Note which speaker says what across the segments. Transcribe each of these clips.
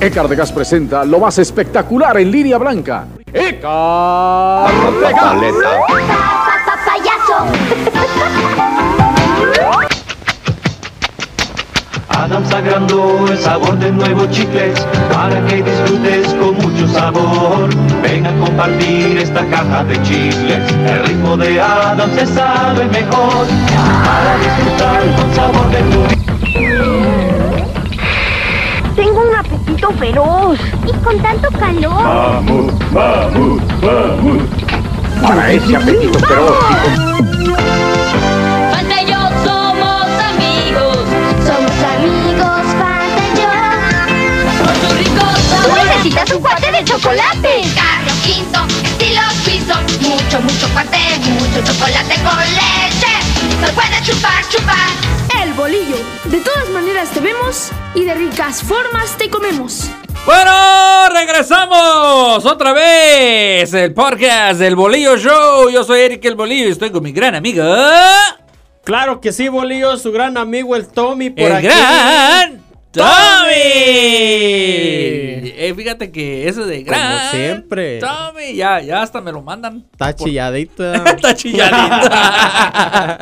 Speaker 1: Ecardegas presenta lo más espectacular en línea blanca. Ecardegas.
Speaker 2: Adam sagrando el sabor de nuevos chicles para que disfrutes con mucho sabor. Ven a compartir esta caja de chicles. El ritmo de Adam se sabe mejor para disfrutar con sabor de tu vida.
Speaker 3: Tengo un apetito feroz. Y con tanto calor.
Speaker 1: Para ese apetito feroz.
Speaker 4: Fanta y yo somos amigos,
Speaker 3: Somos amigos, Fanta y yo.
Speaker 4: por sus ricos sabores.
Speaker 3: necesitas un cuate de chocolate.
Speaker 5: Carlos quinto, estilo suizo, mucho, mucho cuate, mucho chocolate con leche. Se puede chupar, chupar.
Speaker 6: El bolillo. De todas maneras te vemos y de ricas formas te comemos.
Speaker 7: Bueno, regresamos otra vez. El podcast del Bolillo Show. Yo soy Eric el Bolillo y estoy con mi gran amiga.
Speaker 8: Claro que sí, Bolillo, su gran amigo el Tommy por
Speaker 7: el
Speaker 8: aquí.
Speaker 7: gran Tommy.
Speaker 8: Tommy.
Speaker 7: Eh, fíjate que eso de
Speaker 8: Como
Speaker 7: gran
Speaker 8: siempre.
Speaker 7: Tommy, ya, ya hasta me lo mandan.
Speaker 8: Está chilladito.
Speaker 7: Está chilladita.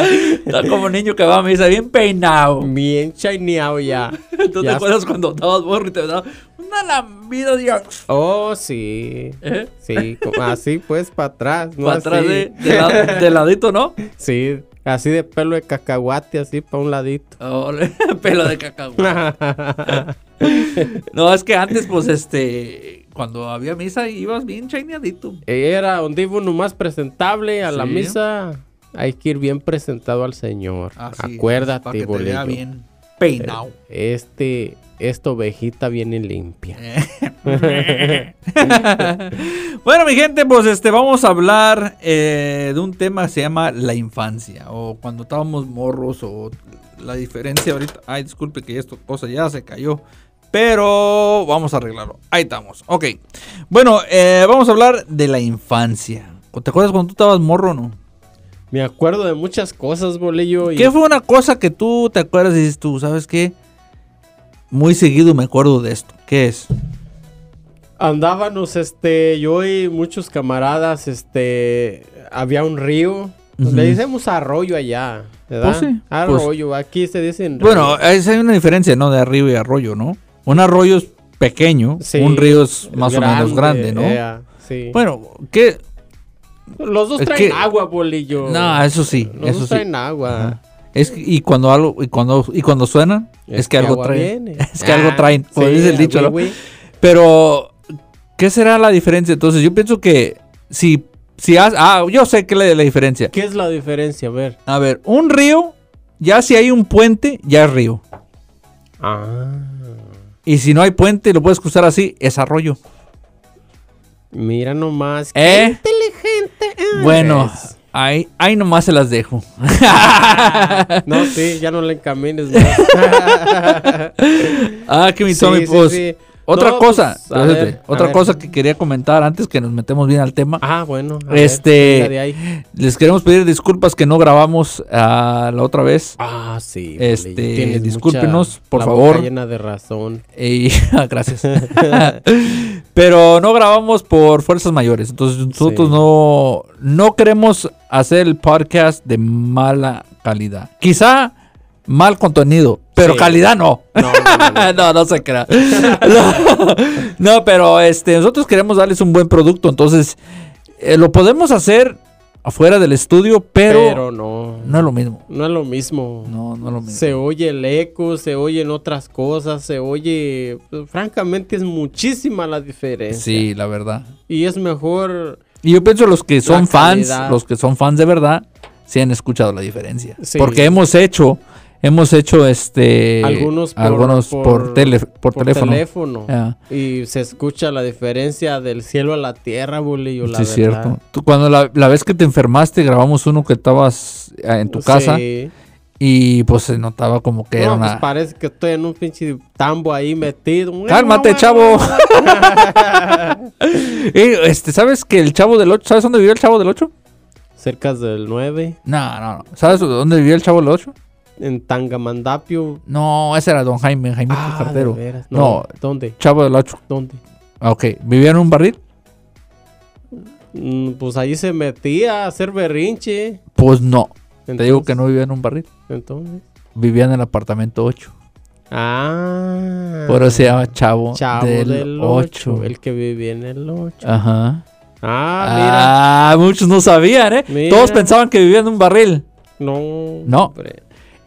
Speaker 7: Está como niño que va a misa, bien peinado.
Speaker 8: Bien chaineado ya.
Speaker 7: ¿Tú te
Speaker 8: Mm. Ya-
Speaker 7: acuerdas cuando dabas borro y te daba una lambida? Digo,
Speaker 8: Oh, sí.
Speaker 7: ¿eh?
Speaker 8: Sí, co- así pues para atrás. No
Speaker 7: Para atrás ¿eh?
Speaker 8: así.
Speaker 7: de, de la- de ladito, ¿no?
Speaker 8: Sí, así de pelo de cacahuate, así para un ladito.
Speaker 7: Ole, Oh, pelo de cacao. No, es que antes, pues, este, cuando había misa, ibas bien chaineadito.
Speaker 8: Eh, Era un divo nomás presentable a la
Speaker 7: Sí.
Speaker 8: misa. Hay que ir bien presentado al Señor.
Speaker 7: Así, para
Speaker 8: Acuérdate,
Speaker 7: que te vea
Speaker 8: Bolillo.
Speaker 7: bien peinado.
Speaker 8: Este, esta ovejita viene limpia.
Speaker 7: bueno, mi gente, pues este vamos a hablar eh, de un tema que se llama la infancia o cuando estábamos morros o la diferencia ahorita. Ay, disculpe que esto cosa ya se cayó, pero vamos a arreglarlo. Ahí estamos. Ok. Bueno, eh, vamos a hablar de la infancia. ¿Te acuerdas cuando tú estabas morro o no?
Speaker 8: Me acuerdo de muchas cosas, Bolillo. y-
Speaker 7: ¿Qué fue una cosa que tú te acuerdas y dices tú, sabes qué? Muy seguido me acuerdo de esto. ¿Qué es?
Speaker 8: Andábamos, este, yo y muchos camaradas, este, había un río.
Speaker 7: Ujú.
Speaker 8: Le decimos arroyo allá, ¿verdad?
Speaker 7: Pues sí,
Speaker 8: Arroyo, aquí se dicen. río.
Speaker 7: Bueno, es- hay una diferencia, ¿no? De arroyo y arroyo, ¿no? Un arroyo es pequeño,
Speaker 8: Sí, eh,
Speaker 7: un río es más o menos grande, ¿no?
Speaker 8: ea, sí.
Speaker 7: Bueno, ¿qué?
Speaker 8: los dos
Speaker 7: es
Speaker 8: traen
Speaker 7: que-
Speaker 8: agua, bolillo.
Speaker 7: No, eso sí,
Speaker 8: los
Speaker 7: eso
Speaker 8: dos
Speaker 7: sí.
Speaker 8: traen agua.
Speaker 7: Ajá. Es que- y cuando algo y cuando y cuando suenan, es, que algo
Speaker 8: agua
Speaker 7: traen.
Speaker 8: viene.
Speaker 7: Es que algo traen,
Speaker 8: Ah,
Speaker 7: como
Speaker 8: sí,
Speaker 7: dice el
Speaker 8: a
Speaker 7: dicho, ¿no?
Speaker 8: huevo.
Speaker 7: Pero ¿qué será la diferencia? Entonces, yo pienso que si si has, ah, yo sé que la, la diferencia.
Speaker 8: ¿Qué es la diferencia? A ver.
Speaker 7: A ver, un río, ya si hay un puente, ya es río.
Speaker 8: Ah,
Speaker 7: Y si no hay puente, y lo puedes cruzar así, es arroyo.
Speaker 8: mira nomás.
Speaker 7: ¿Eh?
Speaker 8: Qué inteligente. eres.
Speaker 7: Bueno, ahí, ahí nomás se las dejo.
Speaker 8: No, sí, ya no le encamines más.
Speaker 7: ah, que mi
Speaker 8: Sí,
Speaker 7: Tommy,
Speaker 8: sí,
Speaker 7: pues.
Speaker 8: sí.
Speaker 7: Otra
Speaker 8: No,
Speaker 7: cosa,
Speaker 8: pues, a ver,
Speaker 7: espérate,
Speaker 8: a
Speaker 7: otra
Speaker 8: ver.
Speaker 7: cosa que quería comentar antes que nos metemos bien al tema.
Speaker 8: Ah, bueno. a
Speaker 7: Este-
Speaker 8: venga de ahí.
Speaker 7: Les queremos pedir disculpas que no grabamos ah, la otra vez.
Speaker 8: Ah, sí.
Speaker 7: Este,
Speaker 8: Bolillo, tienes
Speaker 7: discúlpenos, por
Speaker 8: la boca
Speaker 7: favor.
Speaker 8: llena de razón.
Speaker 7: Y- ah, gracias. Pero no grabamos por fuerzas mayores. Entonces nosotros
Speaker 8: Sí.
Speaker 7: no, no queremos hacer el podcast de mala calidad. Quizá mal contenido, pero
Speaker 8: Sí.
Speaker 7: calidad no.
Speaker 8: No, no, no, no.
Speaker 7: no, no se crea. No, no, pero este, nosotros queremos darles un buen producto. Entonces, eh, lo podemos hacer afuera del estudio, pero,
Speaker 8: Pero, no.
Speaker 7: no es lo mismo.
Speaker 8: No es lo mismo.
Speaker 7: No, no es lo mismo.
Speaker 8: Se oye el eco, se oyen otras cosas, se oye. pues, francamente, es muchísima la diferencia.
Speaker 7: Sí, la verdad.
Speaker 8: Y es mejor.
Speaker 7: Y yo pienso los que son fans,
Speaker 8: calidad.
Speaker 7: los que son fans de verdad, sí han escuchado la diferencia.
Speaker 8: Sí.
Speaker 7: Porque hemos hecho, hemos hecho este
Speaker 8: algunos por,
Speaker 7: algunos por, tele- por
Speaker 8: por
Speaker 7: teléfono.
Speaker 8: teléfono.
Speaker 7: Ah.
Speaker 8: Y se escucha la diferencia del cielo a la tierra, bolillo. La
Speaker 7: sí, es
Speaker 8: verdad.
Speaker 7: cierto. Tú, cuando la, la vez que te enfermaste, grabamos uno que estabas ah, en tu casa
Speaker 8: Sí.
Speaker 7: y pues se notaba como que era
Speaker 8: No, pues
Speaker 7: una.
Speaker 8: parece que estoy en un pinche tambo ahí metido.
Speaker 7: ¡Cálmate, chavo! Eh, este, ¿Sabes que el chavo del 8? ¿Sabes dónde vivió el chavo del 8?
Speaker 8: Cerca del 9.
Speaker 7: No, no, no. ¿Sabes dónde vivió el chavo del 8?
Speaker 8: en Tangamandapio.
Speaker 7: No, ese era don Jaime, Jaime
Speaker 8: Ah, de
Speaker 7: Cartero.
Speaker 8: veras,
Speaker 7: No,
Speaker 8: ¿Dónde?
Speaker 7: Chavo del Ocho.
Speaker 8: ¿Dónde?
Speaker 7: Ah, ok. ¿Vivía en un barril?
Speaker 8: Mm, Pues ahí se metía a hacer berrinche.
Speaker 7: Pues no. Te
Speaker 8: Entonces-
Speaker 7: digo que no vivía en un barril.
Speaker 8: Entonces.
Speaker 7: Vivía en el apartamento 8.
Speaker 8: Ah.
Speaker 7: Por eso se llama Chavo,
Speaker 8: Chavo
Speaker 7: del,
Speaker 8: del
Speaker 7: 8.
Speaker 8: 8. El que vivía en el 8.
Speaker 7: Ajá.
Speaker 8: Ah,
Speaker 7: Ah, muchos no sabían, ¿eh?
Speaker 8: Mira.
Speaker 7: Todos pensaban que vivía en un barril.
Speaker 8: mira. No.
Speaker 7: No.
Speaker 8: hombre.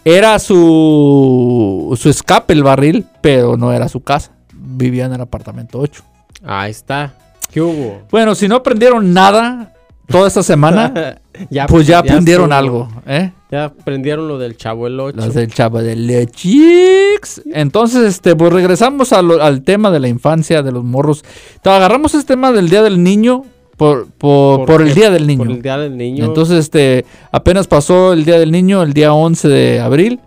Speaker 7: Era su, su escape el barril, pero no era su casa. Vivía en el apartamento 8.
Speaker 8: Ahí está. ¿Qué hubo?
Speaker 7: Bueno, si no aprendieron nada toda esta semana,
Speaker 8: Ya-
Speaker 7: pues ya aprendieron
Speaker 8: estuvo.
Speaker 7: algo, ¿eh?
Speaker 8: Ya aprendieron lo del chavo el 8.
Speaker 7: Las del Chavo del Lechix. Entonces, este, pues regresamos a lo- al tema de la infancia, de los morros. Te agarramos este tema del Día del Niño por, por, por el Día del Niño.
Speaker 8: Por el día del niño.
Speaker 7: Entonces, este, apenas pasó el Día del Niño, el día 11 de abril.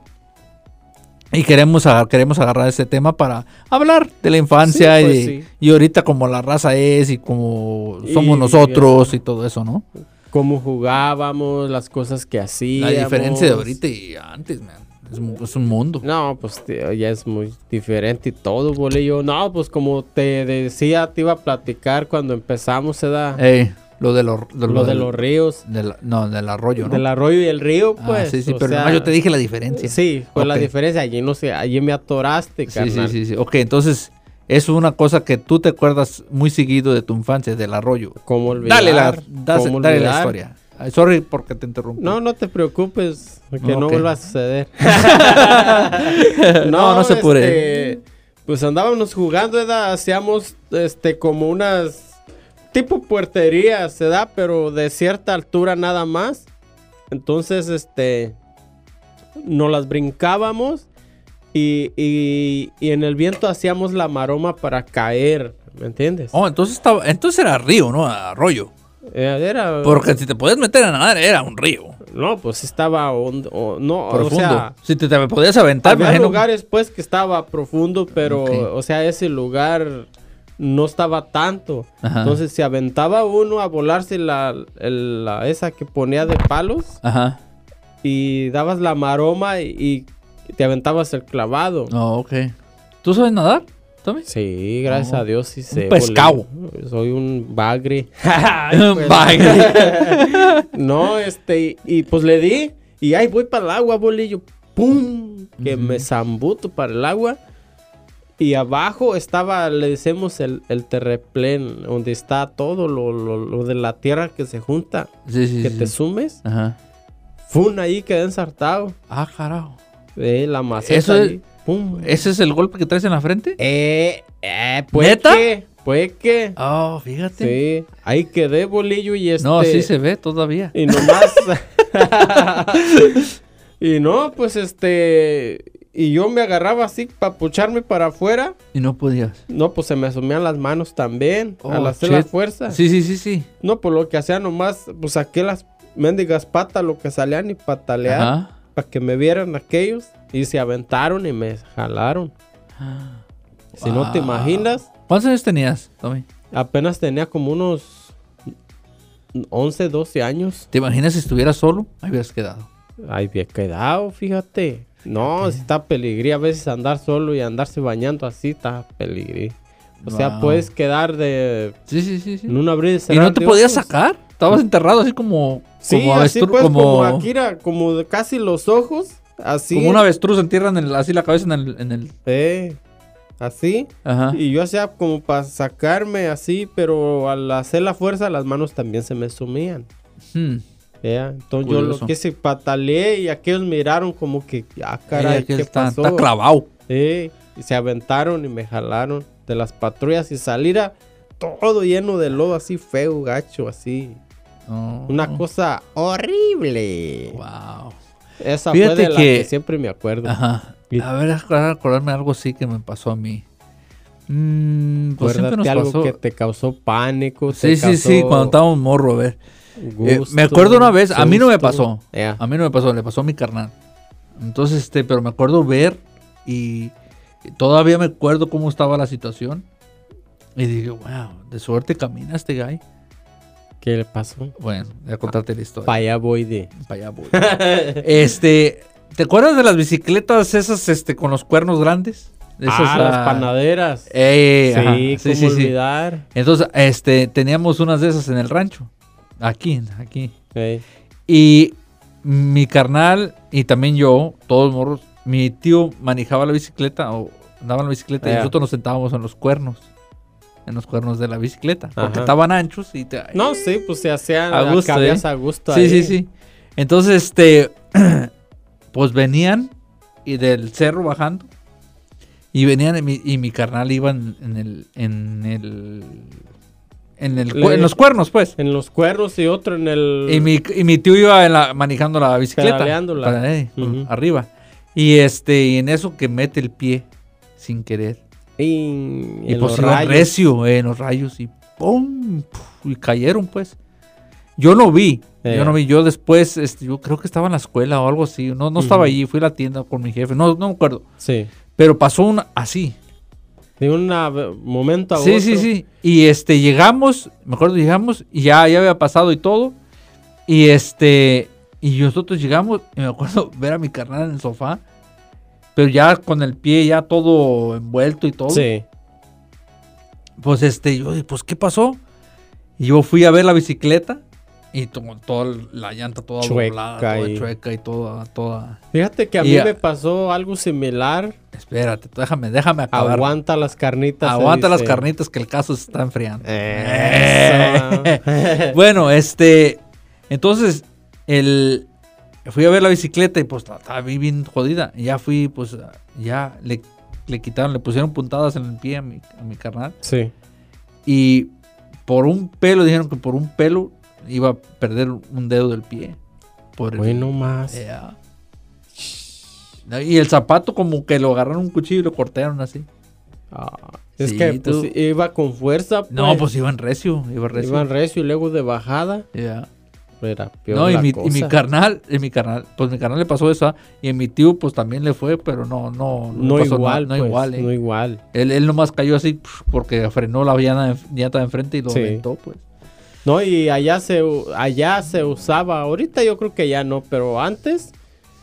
Speaker 7: Y queremos, aga- queremos agarrar este tema para hablar de la infancia
Speaker 8: Sí,
Speaker 7: y,
Speaker 8: pues,
Speaker 7: de-
Speaker 8: sí.
Speaker 7: y ahorita como la raza es y como somos
Speaker 8: Y-
Speaker 7: nosotros y todo eso, ¿no?
Speaker 8: cómo jugábamos, las cosas que
Speaker 7: La
Speaker 8: hacíamos.
Speaker 7: diferencia de ahorita y antes, man. Es, un- es un mundo.
Speaker 8: No, pues te- ya es muy diferente y todo, bolillo. No, pues como te decía, te iba a platicar cuando empezamos, se da
Speaker 7: Ey, Eh, lo de, los de,
Speaker 8: lo de los ríos,
Speaker 7: del- no, del arroyo, ¿no?
Speaker 8: del arroyo y el río,
Speaker 7: Ah,
Speaker 8: pues.
Speaker 7: sí, sí,
Speaker 8: o
Speaker 7: pero
Speaker 8: sea,
Speaker 7: nomás yo te dije la diferencia.
Speaker 8: Sí, fue la
Speaker 7: Ok.
Speaker 8: diferencia. Allí no sé, allí me atoraste,
Speaker 7: Sí,
Speaker 8: carnal.
Speaker 7: sí, sí, sí. Ok, entonces es una cosa que tú te acuerdas muy seguido de tu infancia, del arroyo.
Speaker 8: ¿Cómo olvidar?
Speaker 7: Dale la, das-
Speaker 8: ¿Cómo
Speaker 7: dale la
Speaker 8: olvidar?
Speaker 7: historia. Ay, Sorry porque te interrumpí.
Speaker 8: No, no te preocupes, que no
Speaker 7: Ok.
Speaker 8: vuelva a suceder.
Speaker 7: no, no, se puede.
Speaker 8: este, pues andábamos jugando, ¿verdad? hacíamos este como unas tipo puerterías, ¿verdad? Pero de cierta altura nada más. Entonces, este, nos las brincábamos y, y- y en el viento hacíamos la maroma para caer, ¿me entiendes?
Speaker 7: Oh, entonces estaba, entonces era río, no arroyo.
Speaker 8: Eh, Era,
Speaker 7: Porque si te podías meter a nadar, era un río.
Speaker 8: no, pues estaba hondo, o- no,
Speaker 7: Profundo.
Speaker 8: o sea,
Speaker 7: si te, te podías aventar,
Speaker 8: Había
Speaker 7: imagino-
Speaker 8: lugares pues que estaba profundo, pero
Speaker 7: Ok.
Speaker 8: o sea, ese lugar no estaba tanto.
Speaker 7: Ajá.
Speaker 8: Entonces se aventaba uno a volarse la, el- la- esa que ponía de palos
Speaker 7: Ajá.
Speaker 8: y dabas la maroma y, y te aventabas el clavado.
Speaker 7: No, ok. ¿Tú sabes nadar, Tommy?
Speaker 8: Sí, gracias
Speaker 7: No.
Speaker 8: a Dios sí sé.
Speaker 7: pescado.
Speaker 8: bolillo. Soy un bagre. pues.
Speaker 7: Bagre.
Speaker 8: No, este, y, y, pues le di, y ahí voy para el agua, bolillo, ¡pum! Que me zambuto para el agua. Y abajo estaba, le decimos, el, el terreplén, donde está todo lo, lo- lo de la tierra que se junta,
Speaker 7: Sí, sí,
Speaker 8: que
Speaker 7: sí.
Speaker 8: te sumes.
Speaker 7: Ajá.
Speaker 8: Fun ahí quedé ensartado.
Speaker 7: Ah, carajo.
Speaker 8: Eh, la maceta
Speaker 7: Eso
Speaker 8: ahí,
Speaker 7: es- Eh,
Speaker 8: ¡pum!
Speaker 7: ¿Ese es el golpe que traes en la frente?
Speaker 8: Eh, eh, pues
Speaker 7: ¿Neta?
Speaker 8: que, pues que.
Speaker 7: Oh, fíjate.
Speaker 8: Sí, ahí quedé, bolillo, y este...
Speaker 7: No, sí se ve todavía.
Speaker 8: Y nomás. y no, pues este. Y yo me agarraba así para pucharme para afuera.
Speaker 7: Y no podías.
Speaker 8: No, pues se me asumían las manos también. al
Speaker 7: Oh,
Speaker 8: hacer la
Speaker 7: shit.
Speaker 8: fuerza.
Speaker 7: Sí, sí, sí, sí.
Speaker 8: No, pues lo que hacía nomás, pues saqué las mendigas patas, lo que salían y patalear.
Speaker 7: Ajá.
Speaker 8: Para que me vieran aquellos. Y se aventaron y me jalaron. Si no te
Speaker 7: Wow.
Speaker 8: imaginas,
Speaker 7: ¿Cuántos años tenías, Tommy?
Speaker 8: apenas tenía como unos 11, 12 años.
Speaker 7: ¿Te imaginas si estuvieras solo? Ahí hubieras quedado.
Speaker 8: Ay, bien quedado, fíjate. No, si está peligrí a veces andar solo y andarse bañando así, está peligrí. O sea,
Speaker 7: Wow.
Speaker 8: puedes quedar de
Speaker 7: Sí, sí, sí. sí.
Speaker 8: en una brisa.
Speaker 7: ¿Y no te podías sacar? Estabas enterrado así como...
Speaker 8: pues. Sí,
Speaker 7: como
Speaker 8: así
Speaker 7: avestruz-
Speaker 8: pues, como...
Speaker 7: como,
Speaker 8: Akira, como de casi los ojos, así.
Speaker 7: como un avestruz entierran el- así la cabeza en el... en el-
Speaker 8: Eh, así.
Speaker 7: Ajá.
Speaker 8: Y yo hacía como para sacarme así, pero al hacer la fuerza las manos también se me sumían.
Speaker 7: Hmm.
Speaker 8: ¿ya? Entonces yo
Speaker 7: Curioso.
Speaker 8: lo que se pataleé y aquellos miraron como que, ah, caray,
Speaker 7: Mira que
Speaker 8: ¿qué
Speaker 7: está,
Speaker 8: pasó?
Speaker 7: está clavado.
Speaker 8: Sí, y se aventaron y me jalaron de las patrullas y saliera todo lleno de lodo, así feo, gacho, así.
Speaker 7: Oh,
Speaker 8: Una cosa horrible.
Speaker 7: Wow.
Speaker 8: Esa
Speaker 7: Fíjate
Speaker 8: fue de la
Speaker 7: que-
Speaker 8: que... siempre me acuerdo.
Speaker 7: Ajá.
Speaker 8: Y-
Speaker 7: A ver, acordar- acordarme algo sí que me pasó a mí. Mm, pues siempre nos
Speaker 8: Acuérdate algo
Speaker 7: pasó.
Speaker 8: que te causó pánico.
Speaker 7: Sí,
Speaker 8: te
Speaker 7: sí, sí,
Speaker 8: causó
Speaker 7: cuando estábamos morro, a ver. Eh,
Speaker 8: gusto,
Speaker 7: me acuerdo una vez, a mí no me
Speaker 8: susto.
Speaker 7: pasó.
Speaker 8: Ea.
Speaker 7: A mí no me pasó, le pasó a mi carnal. Entonces, este, pero me acuerdo ver y todavía me acuerdo cómo estaba la situación. Y dije, wow, de suerte camina este guy.
Speaker 8: ¿Qué le pasó?
Speaker 7: Bueno, voy a contarte la historia.
Speaker 8: Para allá voy de.
Speaker 7: Pa' allá voy. este, ¿Te acuerdas de las bicicletas esas este, con los cuernos grandes? Esas,
Speaker 8: ah, las
Speaker 7: ah,
Speaker 8: panaderas.
Speaker 7: eh, ajá,
Speaker 8: sí,
Speaker 7: sí, sí,
Speaker 8: cómo
Speaker 7: sí.
Speaker 8: olvidar.
Speaker 7: Entonces, este, teníamos unas de esas en el rancho. Aquí, aquí.
Speaker 8: Ey.
Speaker 7: Y mi carnal y también yo, todos morros, mi tío manejaba la bicicleta o andaba en la bicicleta y
Speaker 8: Ya.
Speaker 7: nosotros nos sentábamos en los cuernos. En los cuernos de la bicicleta. Porque
Speaker 8: Ajá.
Speaker 7: estaban anchos y te.
Speaker 8: No, sí, pues se hacían
Speaker 7: A gusto,
Speaker 8: cabías
Speaker 7: ¿eh?
Speaker 8: a gusto
Speaker 7: Sí,
Speaker 8: ahí.
Speaker 7: sí, sí. Entonces, este, pues venían y del cerro bajando. Y venían y mi, y mi carnal iba en, en el, en el, en el, cue-
Speaker 8: Le-
Speaker 7: en los cuernos, pues.
Speaker 8: En los cuernos y otro en el.
Speaker 7: Y mi, y mi tío iba en la- manejando la bicicleta.
Speaker 8: Pedaleándola.
Speaker 7: para- eh,
Speaker 8: Ujú.
Speaker 7: Arriba. Y este, y en eso que mete el pie sin querer.
Speaker 8: Y,
Speaker 7: Y
Speaker 8: en
Speaker 7: pues
Speaker 8: los
Speaker 7: iba
Speaker 8: rayos.
Speaker 7: recio eh, en los rayos y ¡pum! Puf, Y cayeron, pues. Yo no vi,
Speaker 8: Eh.
Speaker 7: yo no vi. Yo después, este, yo creo que estaba en la escuela o algo así. No, no estaba
Speaker 8: Ujú.
Speaker 7: allí, fui a la tienda con mi jefe, no, no me acuerdo.
Speaker 8: Sí.
Speaker 7: Pero pasó un, así.
Speaker 8: De un ave- momento a
Speaker 7: Sí,
Speaker 8: otro.
Speaker 7: sí, sí. Y este, llegamos, me acuerdo, llegamos y ya, ya había pasado y todo. Y este, y nosotros llegamos y me acuerdo ver a mi carnal en el sofá, pero ya con el pie ya todo envuelto y todo.
Speaker 8: Sí.
Speaker 7: Pues este, yo dije, pues ¿qué pasó? Y yo fui a ver la bicicleta y to- toda el- la llanta toda
Speaker 8: Chueca
Speaker 7: doblada, toda
Speaker 8: y-
Speaker 7: chueca y toda, toda.
Speaker 8: Fíjate que a
Speaker 7: Y
Speaker 8: mí
Speaker 7: a-
Speaker 8: me pasó algo similar.
Speaker 7: Espérate, déjame, déjame acabar.
Speaker 8: Aguanta las carnitas. se
Speaker 7: Aguanta las
Speaker 8: dice.
Speaker 7: carnitas que el caso se está enfriando. Eh.
Speaker 8: Eso.
Speaker 7: bueno, este. Entonces, el. Fui a ver la bicicleta y pues la- estaba bien- bien jodida. Y ya fui, pues ya le, le quitaron, le pusieron puntadas en el pie a mi, a mi carnal.
Speaker 8: sí.
Speaker 7: Y por un pelo, dijeron que por un pelo iba a perder un dedo del pie. Por el-
Speaker 8: Bueno, más.
Speaker 7: Ya. Y el zapato como que lo agarraron un cuchillo y lo cortaron así.
Speaker 8: Ah, es
Speaker 7: Sí,
Speaker 8: que pues,
Speaker 7: tú-
Speaker 8: iba con fuerza.
Speaker 7: No, pues iban recio, iban recio.
Speaker 8: Iban recio y luego de bajada.
Speaker 7: Ya.
Speaker 8: Era peor
Speaker 7: No, y
Speaker 8: la
Speaker 7: mi, y
Speaker 8: cosa.
Speaker 7: mi carnal, y mi carnal, pues mi carnal le pasó eso, ¿ah? y a mi tío pues también le fue, pero no, no, le
Speaker 8: No
Speaker 7: pasó
Speaker 8: igual,
Speaker 7: nada,
Speaker 8: pues,
Speaker 7: no igual, ¿eh?
Speaker 8: No igual.
Speaker 7: Él, él nomás cayó así pf, porque frenó la llanta de, llanta de enfrente y lo
Speaker 8: Sí. Mm.
Speaker 7: aventó, pues.
Speaker 8: No, y allá se, u- allá se usaba, ahorita yo creo que ya no, pero antes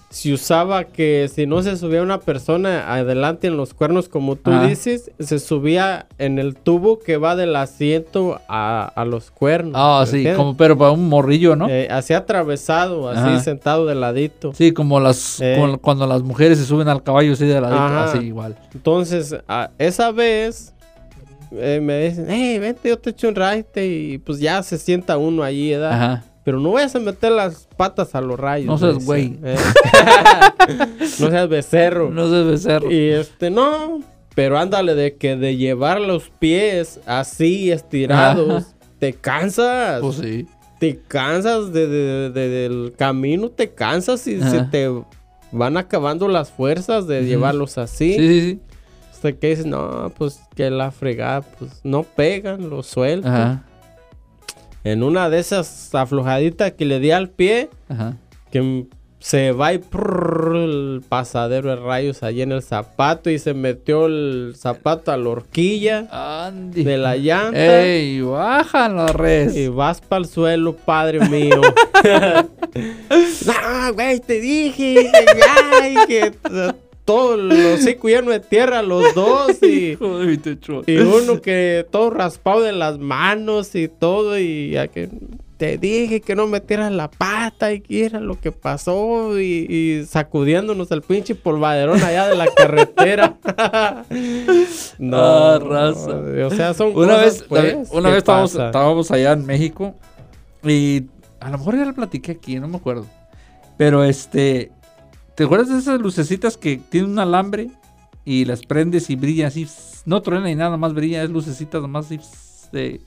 Speaker 8: se usaba que si no se subía una persona adelante en los cuernos, como tú
Speaker 7: Ah.
Speaker 8: dices, se subía en el tubo que va del asiento a, a los cuernos.
Speaker 7: Ah, sí,
Speaker 8: ¿entiendes?
Speaker 7: como pero para un morrillo, ¿no?
Speaker 8: Eh, así atravesado, así
Speaker 7: Ajá.
Speaker 8: sentado de ladito.
Speaker 7: sí, como las
Speaker 8: eh.
Speaker 7: cuando, cuando las mujeres se suben al caballo así de ladito,
Speaker 8: Ajá.
Speaker 7: así igual.
Speaker 8: Entonces, a- esa vez eh, me dicen, hey, vente, yo te echo un raite y pues ya se sienta uno allí, ¿verdad?
Speaker 7: Ajá.
Speaker 8: Pero no vayas a meter las patas a los rayos.
Speaker 7: No
Speaker 8: me
Speaker 7: seas
Speaker 8: decía,
Speaker 7: güey.
Speaker 8: ¿eh? no seas becerro.
Speaker 7: No se becerro.
Speaker 8: Y este, no. Pero ándale, de que de llevar los pies así estirados,
Speaker 7: Ajá.
Speaker 8: te cansas.
Speaker 7: Pues sí.
Speaker 8: Te cansas de, de- de- del camino, te cansas y se
Speaker 7: Ajá.
Speaker 8: te van acabando las fuerzas de llevarlos así.
Speaker 7: Sí, sí, sí.
Speaker 8: Hasta que dices, no, pues que la fregada, pues no pegan, lo suelto.
Speaker 7: Ajá.
Speaker 8: En una de esas aflojaditas que le di al pie,
Speaker 7: Ajá.
Speaker 8: que m- se va y prrr, el pasadero de rayos allí en el zapato y se metió el zapato a la horquilla
Speaker 7: Andy.
Speaker 8: de la llanta
Speaker 7: Ey, baja la res.
Speaker 8: y vas para el suelo, padre mío. no, güey, te dije que ya, y que t- todo los hocico lleno de tierra los dos y,
Speaker 7: Hijo de mi techo.
Speaker 8: y uno que todo raspado de las manos y todo y ya que te dije que no metieras la pata y que era lo que pasó y, y sacudiéndonos el pinche polvaderón allá de la carretera. no,
Speaker 7: Ah, raza.
Speaker 8: O sea, son
Speaker 7: una
Speaker 8: cosas,
Speaker 7: vez,
Speaker 8: pues,
Speaker 7: la- una
Speaker 8: que
Speaker 7: vez estábamos,
Speaker 8: pasan.
Speaker 7: estábamos allá en México y a lo mejor ya la platiqué aquí, no me acuerdo. Pero este, ¿te acuerdas de esas lucecitas que tienen un alambre y las prendes y brillan así? pss, No truena ni nada más brilla, es lucecitas nomás así. pss, de-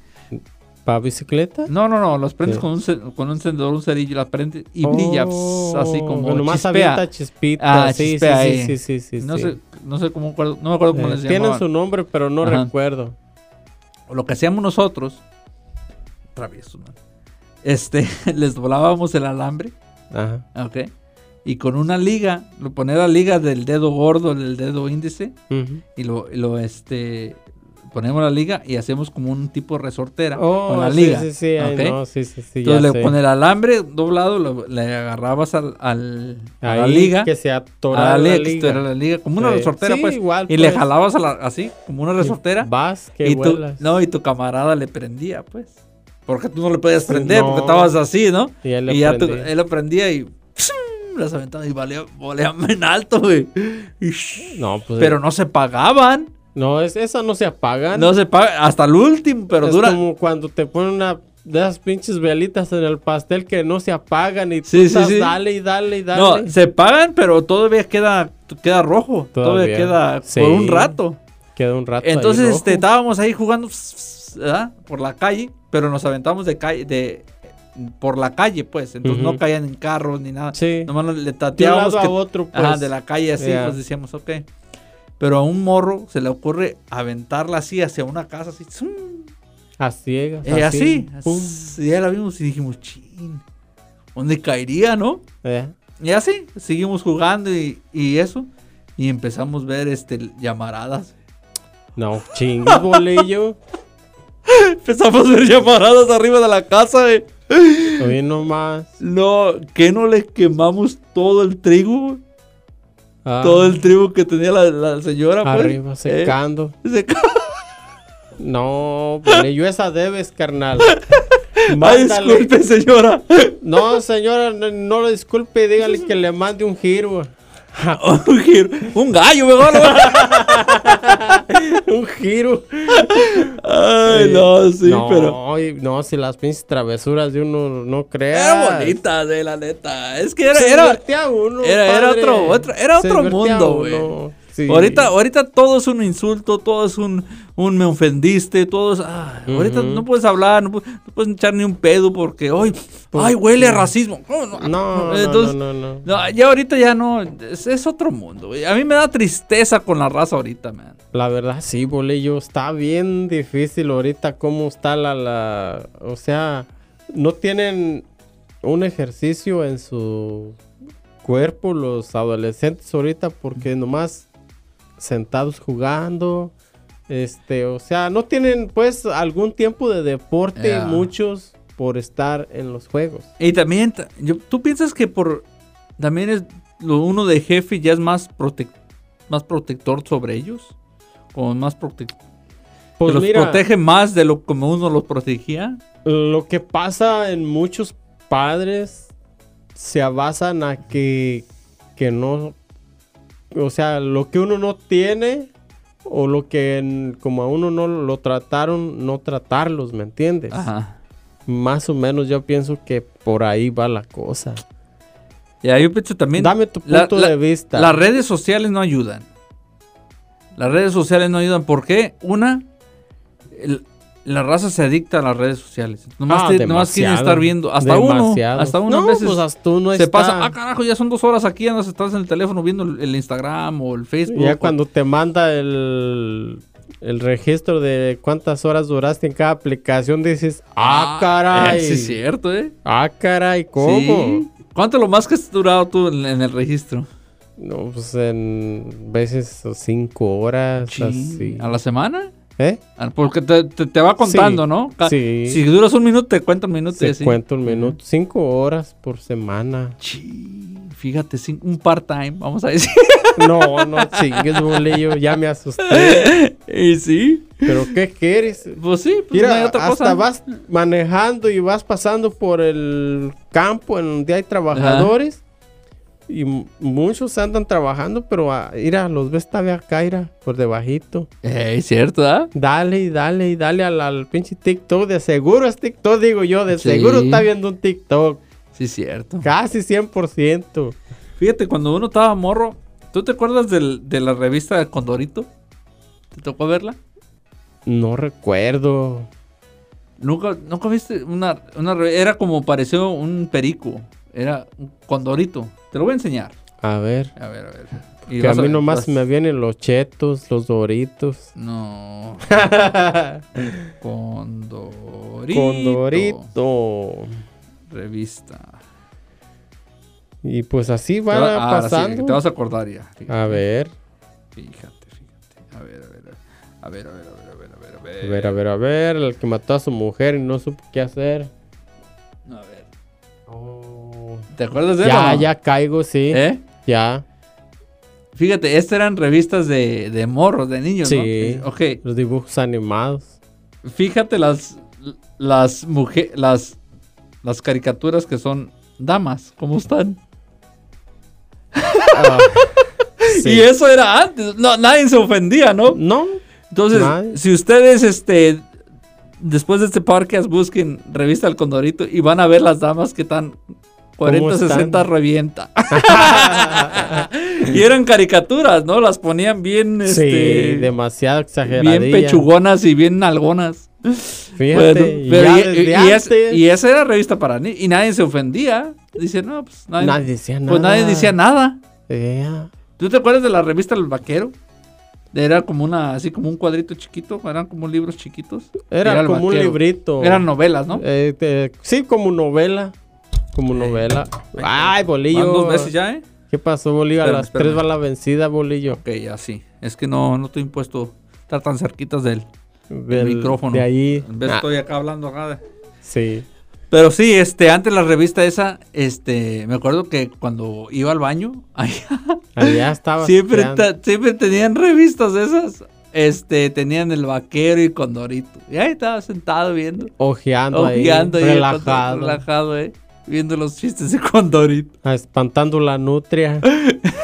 Speaker 8: ¿Para bicicleta?
Speaker 7: No, no, no, las prendes
Speaker 8: Sí.
Speaker 7: con un, ce- con un encendedor, un cerillo, las prendes y brilla pss, así como
Speaker 8: Oh, Nomás
Speaker 7: chispea.
Speaker 8: avienta chispita.
Speaker 7: Ah,
Speaker 8: sí, sí,
Speaker 7: chispea,
Speaker 8: sí,
Speaker 7: eh.
Speaker 8: sí, sí, sí,
Speaker 7: no,
Speaker 8: sí.
Speaker 7: Sé, no sé cómo, acuerdo- no me acuerdo cómo
Speaker 8: Eh,
Speaker 7: les
Speaker 8: tienen
Speaker 7: llamaban.
Speaker 8: su nombre, pero no
Speaker 7: Ajá.
Speaker 8: recuerdo.
Speaker 7: lo que hacíamos nosotros, travieso, man, este, les doblábamos el alambre,
Speaker 8: Ajá.
Speaker 7: ¿ok? Y con una liga, lo ponía la liga del dedo gordo, del dedo índice,
Speaker 8: Ujú.
Speaker 7: y lo, y lo, este, ponemos la liga y hacemos como un tipo resortera
Speaker 8: Oh,
Speaker 7: con la
Speaker 8: sí,
Speaker 7: liga.
Speaker 8: sí, sí, ay,
Speaker 7: ¿ok?
Speaker 8: no, sí, sí, sí, ya
Speaker 7: Entonces le
Speaker 8: sé.
Speaker 7: con el alambre doblado lo- le agarrabas al, al- a la
Speaker 8: Ahí
Speaker 7: liga.
Speaker 8: que se atorara
Speaker 7: a la liga,
Speaker 8: la
Speaker 7: que
Speaker 8: liga.
Speaker 7: estuviera la liga, como una
Speaker 8: Sí.
Speaker 7: resortera,
Speaker 8: Sí,
Speaker 7: pues.
Speaker 8: igual,
Speaker 7: y le
Speaker 8: pues.
Speaker 7: jalabas a la- así, como una resortera.
Speaker 8: Vas, que
Speaker 7: y tú,
Speaker 8: vuelas.
Speaker 7: no, y tu camarada le prendía, pues. Porque tú no le podías prender,
Speaker 8: No.
Speaker 7: porque estabas así, ¿no?
Speaker 8: Y él le
Speaker 7: ya tú-
Speaker 8: prendía.
Speaker 7: él lo prendía y ¡psum! las aventaba y valía, voleaban en alto, güey. Y sh-
Speaker 8: No, pues,
Speaker 7: pero no se pagaban.
Speaker 8: no, es, esas no se apagan.
Speaker 7: No se pagaban hasta el último, pero
Speaker 8: es
Speaker 7: dura.
Speaker 8: como cuando te ponen una de esas pinches velitas en el pastel que no se apagan y tú
Speaker 7: Sí, sí,
Speaker 8: estás
Speaker 7: sí.
Speaker 8: dale y dale y dale.
Speaker 7: No, se pagan, pero todavía queda, queda rojo. Todavía,
Speaker 8: Todavía.
Speaker 7: queda
Speaker 8: Sí.
Speaker 7: por un rato.
Speaker 8: Queda un rato. ahí
Speaker 7: Entonces
Speaker 8: rojo.
Speaker 7: este, estábamos ahí jugando ¿verdad? por la calle, pero nos aventamos de calle, de por la calle, pues. Entonces
Speaker 8: Ujú.
Speaker 7: no caían en carros ni nada.
Speaker 8: Sí.
Speaker 7: Nomás nos- le
Speaker 8: de un
Speaker 7: tateábamos
Speaker 8: lado
Speaker 7: que-
Speaker 8: a otro, pues.
Speaker 7: ajá, de la calle así,
Speaker 8: Ya.
Speaker 7: pues decíamos, ok. Pero a un morro se le ocurre aventarla así hacia una casa, así. ¡zum!
Speaker 8: A ciegas.
Speaker 7: Eh, así.
Speaker 8: pum.
Speaker 7: Y ya la vimos y dijimos, chin, ¿dónde caería, no?
Speaker 8: Eh,
Speaker 7: Y así, seguimos jugando y, y eso. Y empezamos a ver este, llamaradas.
Speaker 8: No, chingues, bolillo.
Speaker 7: Empezamos a ver llamaradas arriba de la casa. güey.
Speaker 8: Oye, nomás.
Speaker 7: No, que no le quemamos todo el trigo, güey?
Speaker 8: Ah,
Speaker 7: todo el trigo que tenía la, la señora. pues.
Speaker 8: Arriba,
Speaker 7: Eh,
Speaker 8: secando.
Speaker 7: seca-
Speaker 8: No, bolillo, esa debes, carnal.
Speaker 7: Ay,
Speaker 8: Mándale.
Speaker 7: disculpe, señora.
Speaker 8: No, señora, no, no lo disculpe. Dígale que le mande un giro.
Speaker 7: un, giro- un gallo, mejor. güey.
Speaker 8: un giro.
Speaker 7: Ay, no, sí,
Speaker 8: no,
Speaker 7: pero.
Speaker 8: y- no, si las pinches travesuras de uno no crea.
Speaker 7: Era bonita, de la neta. Es que era.
Speaker 8: Se
Speaker 7: era-
Speaker 8: divertía uno,
Speaker 7: era- era
Speaker 8: padre.
Speaker 7: otro- otro- era
Speaker 8: Se
Speaker 7: otro
Speaker 8: divertía
Speaker 7: mundo,
Speaker 8: uno.
Speaker 7: güey.
Speaker 8: Sí.
Speaker 7: Ahorita, ahorita todo es un insulto, todo es un, un me ofendiste, todo es. ah, Ahorita no puedes hablar, no pu- no puedes, echar ni un pedo porque hoy. Ay, huele a racismo. No, no,
Speaker 8: No,
Speaker 7: Entonces,
Speaker 8: no, no, no, no.
Speaker 7: no, ya ahorita ya no. Es, es otro mundo, güey. A mí me da tristeza con la raza ahorita, man.
Speaker 8: La verdad, sí, bolillo. Está bien difícil ahorita cómo está la, la. O sea, no tienen un ejercicio en su cuerpo los adolescentes ahorita porque nomás sentados jugando. Este, o sea, no tienen pues algún tiempo de deporte
Speaker 7: Ya.
Speaker 8: muchos por estar en los juegos.
Speaker 7: Y también, ta- yo- ¿tú piensas que por. También es. Lo uno de jefe ya es más, protec- más protector sobre ellos? ¿O más protector?
Speaker 8: Pues
Speaker 7: los
Speaker 8: mira,
Speaker 7: protege más de lo como uno los protegía?
Speaker 8: Lo que pasa en muchos padres se basan a que, que no. O sea, lo que uno no tiene o lo que en- como a uno no lo trataron, no tratarlos, ¿me entiendes?
Speaker 7: Ajá.
Speaker 8: Más o menos yo pienso que por ahí va la cosa.
Speaker 7: Ya, yo pienso también.
Speaker 8: Dame tu punto de vista.
Speaker 7: Las redes sociales no ayudan. Las redes sociales no ayudan. ¿Por qué? Una, el- la raza se adicta a las redes sociales. Nomás,
Speaker 8: Ah,
Speaker 7: te- nomás
Speaker 8: demasiado.
Speaker 7: quieren estar viendo. Hasta
Speaker 8: Demasiado.
Speaker 7: uno. Hasta uno a
Speaker 8: No,
Speaker 7: veces
Speaker 8: pues hasta uno
Speaker 7: se
Speaker 8: está.
Speaker 7: pasa. Ah, carajo, ya son dos horas aquí. Andas, estás en el teléfono viendo el, el Instagram o el Facebook.
Speaker 8: Ya
Speaker 7: o-
Speaker 8: cuando te manda el, el registro de cuántas horas duraste en cada aplicación, dices, ah,
Speaker 7: eh,
Speaker 8: caray.
Speaker 7: sí, es cierto, ¿eh?
Speaker 8: Ah, caray, ¿cómo?
Speaker 7: Sí. ¿Cuánto es lo más que has durado tú en, en el registro?
Speaker 8: No, pues en veces o cinco horas, así.
Speaker 7: ¿A la semana?
Speaker 8: ¿Eh?
Speaker 7: Ah, Porque te, te- te va contando,
Speaker 8: Sí,
Speaker 7: ¿no? Ca-
Speaker 8: sí.
Speaker 7: Si duras un minuto, te cuenta un minuto. y
Speaker 8: Te
Speaker 7: así. Mm,
Speaker 8: cuento un minuto. Cinco horas por semana.
Speaker 7: Chi, Fíjate, sí, un part-time, vamos a decir.
Speaker 8: No, no chingues, bolillo. Ya me asusté.
Speaker 7: y sí,
Speaker 8: ¿Pero qué quieres?
Speaker 7: pues sí, pues no hay
Speaker 8: Mira,
Speaker 7: otra
Speaker 8: hasta
Speaker 7: cosa.
Speaker 8: vas manejando y vas pasando por el campo en donde hay trabajadores. Y m- muchos andan trabajando, pero a, mira, los ves todavía acá, mira, por debajito.
Speaker 7: Eh, es cierto, ¿ah?
Speaker 8: Dale y dale y dale al, al pinche TikTok. De seguro es TikTok, digo yo. De
Speaker 7: Sí.
Speaker 8: seguro está viendo un TikTok.
Speaker 7: Sí, es cierto.
Speaker 8: Casi 100%.
Speaker 7: Fíjate, cuando uno estaba morro, ¿tú te acuerdas del- de la revista de Condorito? ¿Te tocó verla?
Speaker 8: No recuerdo.
Speaker 7: Nunca, nunca viste una, una re- Era como pareció un perico. Era un condorito. Te lo voy a enseñar.
Speaker 8: A ver.
Speaker 7: A ver, a ver.
Speaker 8: Que a mí nomás me vienen los chetos, los doritos.
Speaker 7: No. Condorito.
Speaker 8: Condorito.
Speaker 7: Revista.
Speaker 8: Y pues así
Speaker 7: Te
Speaker 8: van
Speaker 7: va- ah, ahora sí,
Speaker 8: pasando. Ah.
Speaker 7: te vas a acordar ya.
Speaker 8: A ver.
Speaker 7: Fíjate, fíjate. A ver, a ver. a ver. A ver, a ver, a ver, a ver, a ver, a
Speaker 8: A
Speaker 7: ver.
Speaker 8: ver, a ver, a ver. El que mató a su mujer y no supo qué hacer.
Speaker 7: A ver. ¿Te acuerdas de
Speaker 8: Ya,
Speaker 7: eso?
Speaker 8: ya caigo, sí.
Speaker 7: ¿Eh?
Speaker 8: Ya.
Speaker 7: Fíjate, estas eran revistas de, de morros, de niños,
Speaker 8: Sí.
Speaker 7: ¿no? Ok.
Speaker 8: Los dibujos animados.
Speaker 7: Fíjate las las mujer, las las caricaturas que son damas, ¿cómo están?
Speaker 8: Ah, sí.
Speaker 7: Y eso era antes, no, nadie se ofendía, ¿no?
Speaker 8: No.
Speaker 7: Entonces,
Speaker 8: Nadie.
Speaker 7: si ustedes, este, después de este podcast, busquen Revista El Condorito y van a ver las damas que tan 40,
Speaker 8: están?
Speaker 7: 60 revienta. y eran caricaturas, ¿no? Las ponían bien,
Speaker 8: sí,
Speaker 7: este,
Speaker 8: demasiado exageradilla.
Speaker 7: bien pechugonas y bien nalgonas.
Speaker 8: Fíjate,
Speaker 7: Bueno,
Speaker 8: y
Speaker 7: pero
Speaker 8: ya
Speaker 7: y,
Speaker 8: desde
Speaker 7: y- y es-
Speaker 8: antes,
Speaker 7: y esa era revista para mí y nadie se ofendía. Dice, no, pues nadie,
Speaker 8: nadie decía nada. Eh,
Speaker 7: pues nadie decía nada.
Speaker 8: Ya.
Speaker 7: ¿Tú te acuerdas de la revista El Vaquero? Era como una, así como un cuadrito chiquito, eran como libros chiquitos.
Speaker 8: Era,
Speaker 7: Y El
Speaker 8: como un
Speaker 7: Vaquero.
Speaker 8: librito.
Speaker 7: Eran novelas, ¿no?
Speaker 8: Eh, eh, sí, como novela. Como novela. Ay, bolillo.
Speaker 7: Van dos veces ya, ¿eh?
Speaker 8: ¿Qué pasó, bolillo?
Speaker 7: Espérame,
Speaker 8: a las
Speaker 7: espérame.
Speaker 8: tres va la vencida, bolillo.
Speaker 7: Ok, ya sí. Es que no, no estoy impuesto estar tan cerquitas del
Speaker 8: Del
Speaker 7: micrófono.
Speaker 8: De ahí.
Speaker 7: En vez
Speaker 8: Ah,
Speaker 7: estoy acá hablando acá. de-
Speaker 8: sí.
Speaker 7: Pero sí, este, antes la revista esa, este, me acuerdo que cuando iba al baño, allá,
Speaker 8: Allá estaba.
Speaker 7: siempre,
Speaker 8: espiando.
Speaker 7: ta- siempre tenían revistas esas. Este, tenían el vaquero y Condorito. Y ahí estaba sentado viendo.
Speaker 8: Ojeando,
Speaker 7: Ojeando
Speaker 8: ahí.
Speaker 7: ahí,
Speaker 8: relajado. ah,
Speaker 7: relajado, eh. Viendo los chistes de Condorito.
Speaker 8: Espantando la nutria. Sí.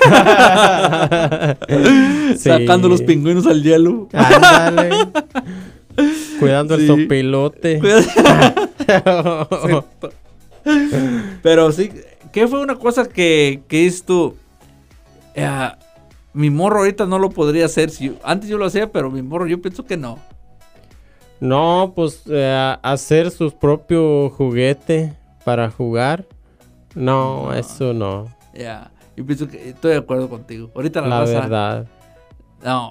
Speaker 7: Sacando los pingüinos al hielo.
Speaker 8: Ándale. Cuidando
Speaker 7: Sí.
Speaker 8: el sopilote.
Speaker 7: Pero sí, ¿qué fue una cosa que, que dices tú? Eh, mi morro ahorita no lo podría hacer. Si yo- antes yo lo hacía, pero mi morro yo pienso que no.
Speaker 8: No, pues eh, hacer su propio juguete para jugar. No, eso no.
Speaker 7: Ya, Yo pienso que estoy de acuerdo contigo. Ahorita la,
Speaker 8: La
Speaker 7: raza-
Speaker 8: verdad.
Speaker 7: No,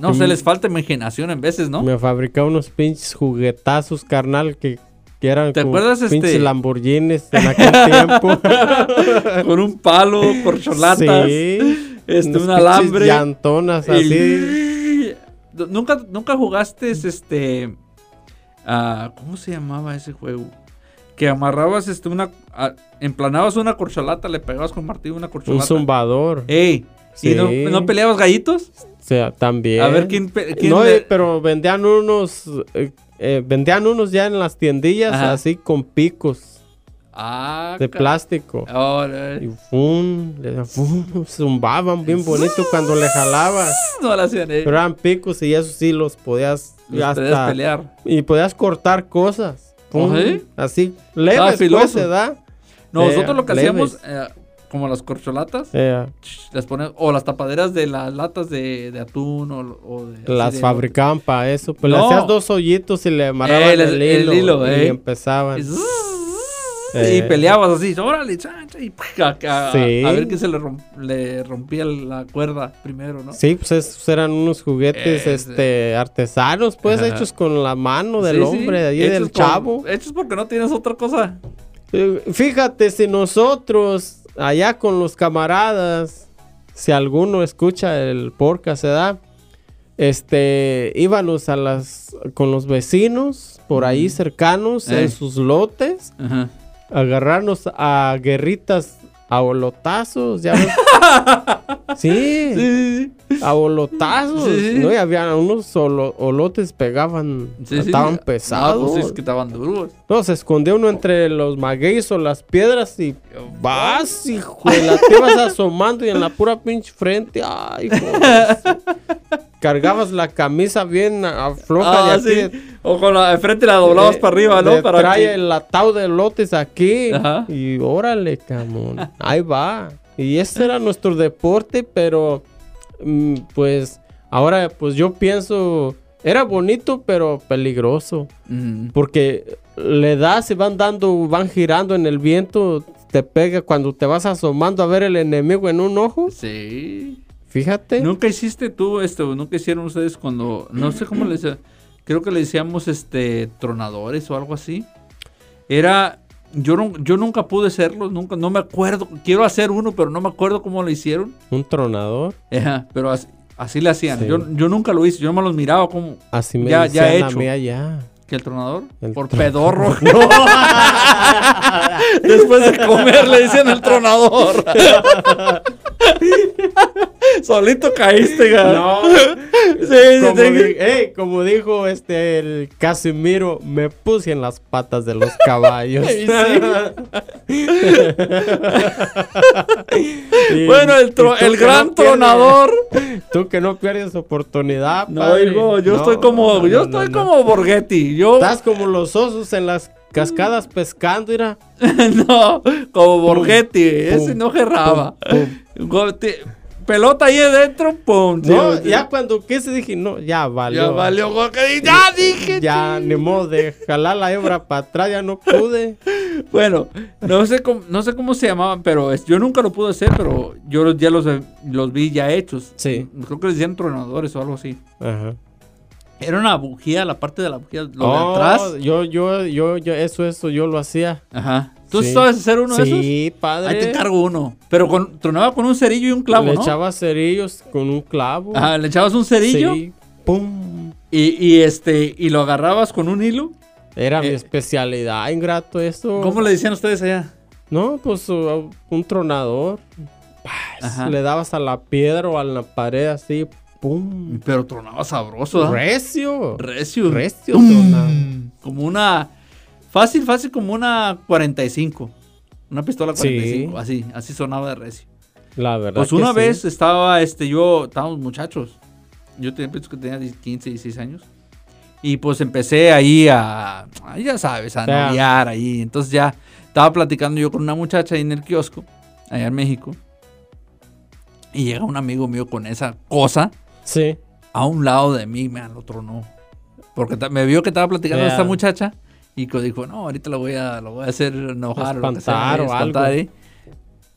Speaker 7: no se les falta imaginación en veces, ¿no?
Speaker 8: Me fabricaba unos pinches juguetazos, carnal, que, que eran
Speaker 7: ¿Te
Speaker 8: como
Speaker 7: acuerdas, este?
Speaker 8: pinches Lamborghinis en aquel tiempo.
Speaker 7: Con un palo, corcholatas,
Speaker 8: Sí.
Speaker 7: este,
Speaker 8: unos
Speaker 7: un
Speaker 8: pinches
Speaker 7: alambre.
Speaker 8: Llantonas así.
Speaker 7: Y- ¿Nunca, nunca jugaste este. ah, ¿Cómo se llamaba ese juego? Que amarrabas este, una. ah, emplanabas una corcholata, le pegabas con martillo una
Speaker 8: Un
Speaker 7: corcholata.
Speaker 8: zumbador.
Speaker 7: ¡Ey! ¿Y
Speaker 8: Sí.
Speaker 7: no, no peleabas gallitos?
Speaker 8: O sea, también.
Speaker 7: A ver quién. pe- quién
Speaker 8: No,
Speaker 7: le-
Speaker 8: eh, pero vendían unos. eh, eh, vendían unos ya en las tiendillas
Speaker 7: Ajá.
Speaker 8: así con picos
Speaker 7: Ah,
Speaker 8: de
Speaker 7: ca-
Speaker 8: plástico.
Speaker 7: Oh, no,
Speaker 8: Y fum, le- fum, zumbaban bien bonito cuando le jalabas.
Speaker 7: no la hacían, eh.
Speaker 8: Pero eran picos y eso sí los podías
Speaker 7: Los
Speaker 8: hasta-
Speaker 7: podías pelear.
Speaker 8: Y podías cortar cosas. Pum,
Speaker 7: Ajá.
Speaker 8: Así, leves
Speaker 7: Ah, filoso.
Speaker 8: pues se da.
Speaker 7: No,
Speaker 8: Eh,
Speaker 7: Nosotros lo que
Speaker 8: leves.
Speaker 7: hacíamos, eh, como las corcholatas,
Speaker 8: Eh,
Speaker 7: las poníamos, o las tapaderas de las latas de, de atún o, o de. así
Speaker 8: las
Speaker 7: de-
Speaker 8: fabricaban para eso. Pues
Speaker 7: No.
Speaker 8: le hacías dos hoyitos y le amarraban
Speaker 7: Eh,
Speaker 8: el,
Speaker 7: les-
Speaker 8: hilo.
Speaker 7: el hilo,
Speaker 8: y
Speaker 7: eh.
Speaker 8: empezaban.
Speaker 7: Y
Speaker 8: Eh.
Speaker 7: uh, Y peleabas así, órale, chan, chan, y ¡pac! a, a-
Speaker 8: Sí.
Speaker 7: a ver quién se le, rom- le rompía la cuerda primero, ¿no?
Speaker 8: Sí, pues esos eran unos juguetes
Speaker 7: Eh,
Speaker 8: este artesanos, pues
Speaker 7: Ajá.
Speaker 8: hechos con la mano del
Speaker 7: Sí, sí,
Speaker 8: hombre, de ahí
Speaker 7: hechos
Speaker 8: del
Speaker 7: con-
Speaker 8: chavo.
Speaker 7: Hechos porque no tienes otra cosa.
Speaker 8: Eh, Fíjate si nosotros allá con los camaradas, si alguno escucha el porca se da, este íbamos a las con los vecinos por ahí cercanos
Speaker 7: Eh.
Speaker 8: en sus lotes,
Speaker 7: Ajá.
Speaker 8: a agarrarnos a guerritas a bolotazos, ya ves. sí.
Speaker 7: Sí, sí, sí.
Speaker 8: A bolotazos.
Speaker 7: Sí, sí.
Speaker 8: No, y había unos solo- olotes pegaban.
Speaker 7: Sí, sí.
Speaker 8: estaban
Speaker 7: No,
Speaker 8: pesados.
Speaker 7: pues sí, es que estaban duros.
Speaker 8: No, se escondió uno entre los magueyes o las piedras y vas, hijo de la te vas asomando y en la pura pinche frente, ay, joder. Cargabas la camisa bien a- a floja
Speaker 7: Ah,
Speaker 8: de
Speaker 7: sí.
Speaker 8: aquí.
Speaker 7: O con la de frente la doblabas
Speaker 8: Eh,
Speaker 7: para arriba,
Speaker 8: le
Speaker 7: ¿no? Para
Speaker 8: trae
Speaker 7: que-
Speaker 8: el ataúd de lotes aquí
Speaker 7: Ajá.
Speaker 8: y órale, camón. Ahí va. Y ese era nuestro deporte, pero mm, pues ahora pues yo pienso era bonito pero peligroso
Speaker 7: Mm.
Speaker 8: porque le das y van dando, van girando en el viento, te pega cuando te vas asomando a ver el enemigo en un ojo.
Speaker 7: Sí.
Speaker 8: Fíjate.
Speaker 7: Nunca hiciste tú esto, nunca hicieron ustedes cuando, no sé cómo le decía- creo que le decíamos este tronadores o algo así. Era, yo, nu- yo nunca pude hacerlo, nunca, no me acuerdo, quiero hacer uno, pero no me acuerdo cómo lo hicieron.
Speaker 8: Un tronador.
Speaker 7: Ajá, pero así- Así le hacían.
Speaker 8: Sí.
Speaker 7: Yo, yo nunca lo hice, yo me los miraba como
Speaker 8: Así me
Speaker 7: Ya- ya
Speaker 8: decían a
Speaker 7: hecho.
Speaker 8: mí allá.
Speaker 7: que el tronador.
Speaker 8: El
Speaker 7: por
Speaker 8: tron-
Speaker 7: pedorro. Después de comer le decían el tronador. Solito caíste, güey. Sí, sí,
Speaker 8: Como,
Speaker 7: sí.
Speaker 8: di- ey, como dijo este el Casimiro, me puse en las patas de los caballos. Y
Speaker 7: Bueno, el, tro-
Speaker 8: y tú
Speaker 7: el
Speaker 8: que
Speaker 7: gran
Speaker 8: no pierdes-
Speaker 7: tronador.
Speaker 8: Tú que no pierdes oportunidad.
Speaker 7: No,
Speaker 8: padre.
Speaker 7: digo, yo
Speaker 8: No,
Speaker 7: estoy como,
Speaker 8: no,
Speaker 7: yo
Speaker 8: no,
Speaker 7: estoy
Speaker 8: no, no.
Speaker 7: como Borghetti. Yo,
Speaker 8: Estás como los osos en las cascadas pescando, mira.
Speaker 7: no, como Borghetti. Ese
Speaker 8: pum,
Speaker 7: no gerraba.
Speaker 8: pum,
Speaker 7: Gote- Pelota ahí adentro, pum.
Speaker 8: No,
Speaker 7: sí,
Speaker 8: ya cuando quise dije, no, ya valió.
Speaker 7: Ya valió Borghetti. Ya dije.
Speaker 8: Ya, ni modo de jalar la hebra para atrás, ya no pude.
Speaker 7: Bueno, no sé cómo, no sé cómo se llamaban, pero es- yo nunca lo pude hacer, pero yo los- ya los, los vi ya hechos.
Speaker 8: Sí.
Speaker 7: Creo que les decían tronadores o algo así.
Speaker 8: Ajá.
Speaker 7: Era una bujía, la parte de la bujía, lo
Speaker 8: Oh,
Speaker 7: de atrás.
Speaker 8: Yo, yo, yo, yo, eso, eso, yo lo hacía.
Speaker 7: Ajá. ¿Tú
Speaker 8: Sí.
Speaker 7: sabes hacer uno de esos?
Speaker 8: Sí, padre.
Speaker 7: Ahí te encargo uno. Pero con, tronaba con un cerillo y un clavo,
Speaker 8: Le
Speaker 7: ¿no?
Speaker 8: echabas cerillos con un clavo.
Speaker 7: Ajá, le echabas un cerillo
Speaker 8: Sí. Pum.
Speaker 7: y, y, este y lo agarrabas con un hilo.
Speaker 8: Era mi
Speaker 7: Eh,
Speaker 8: especialidad, ingrato eso.
Speaker 7: ¿Cómo le decían ustedes allá?
Speaker 8: No, pues uh, un tronador. Paz,
Speaker 7: Ajá.
Speaker 8: Le dabas a la piedra o a la pared así. Pum.
Speaker 7: Pero tronaba sabroso, ¿ah?
Speaker 8: Recio.
Speaker 7: Recio.
Speaker 8: Recio
Speaker 7: Mm.
Speaker 8: tronaba.
Speaker 7: Como una. Fácil, fácil, como una 45. Una pistola
Speaker 8: Sí.
Speaker 7: 45. Así, así sonaba de recio.
Speaker 8: La verdad.
Speaker 7: Pues
Speaker 8: que
Speaker 7: una
Speaker 8: sí.
Speaker 7: vez estaba, este, yo, estábamos muchachos. Yo tenía, pienso que tenía 15, 16 años. Y pues empecé ahí a, ah, ya sabes, a
Speaker 8: Ya.
Speaker 7: noviar ahí. Entonces ya estaba platicando yo con una muchacha ahí en el kiosco, allá en México. Y llega un amigo mío con esa cosa
Speaker 8: Sí.
Speaker 7: a un lado de mí, me lo tronó. Porque ta- me vio que estaba platicando con
Speaker 8: Ya.
Speaker 7: esta muchacha y que dijo, no, ahorita lo voy a, lo voy a hacer enojar. lo que
Speaker 8: Espantar
Speaker 7: sea,
Speaker 8: o algo.
Speaker 7: ¿eh?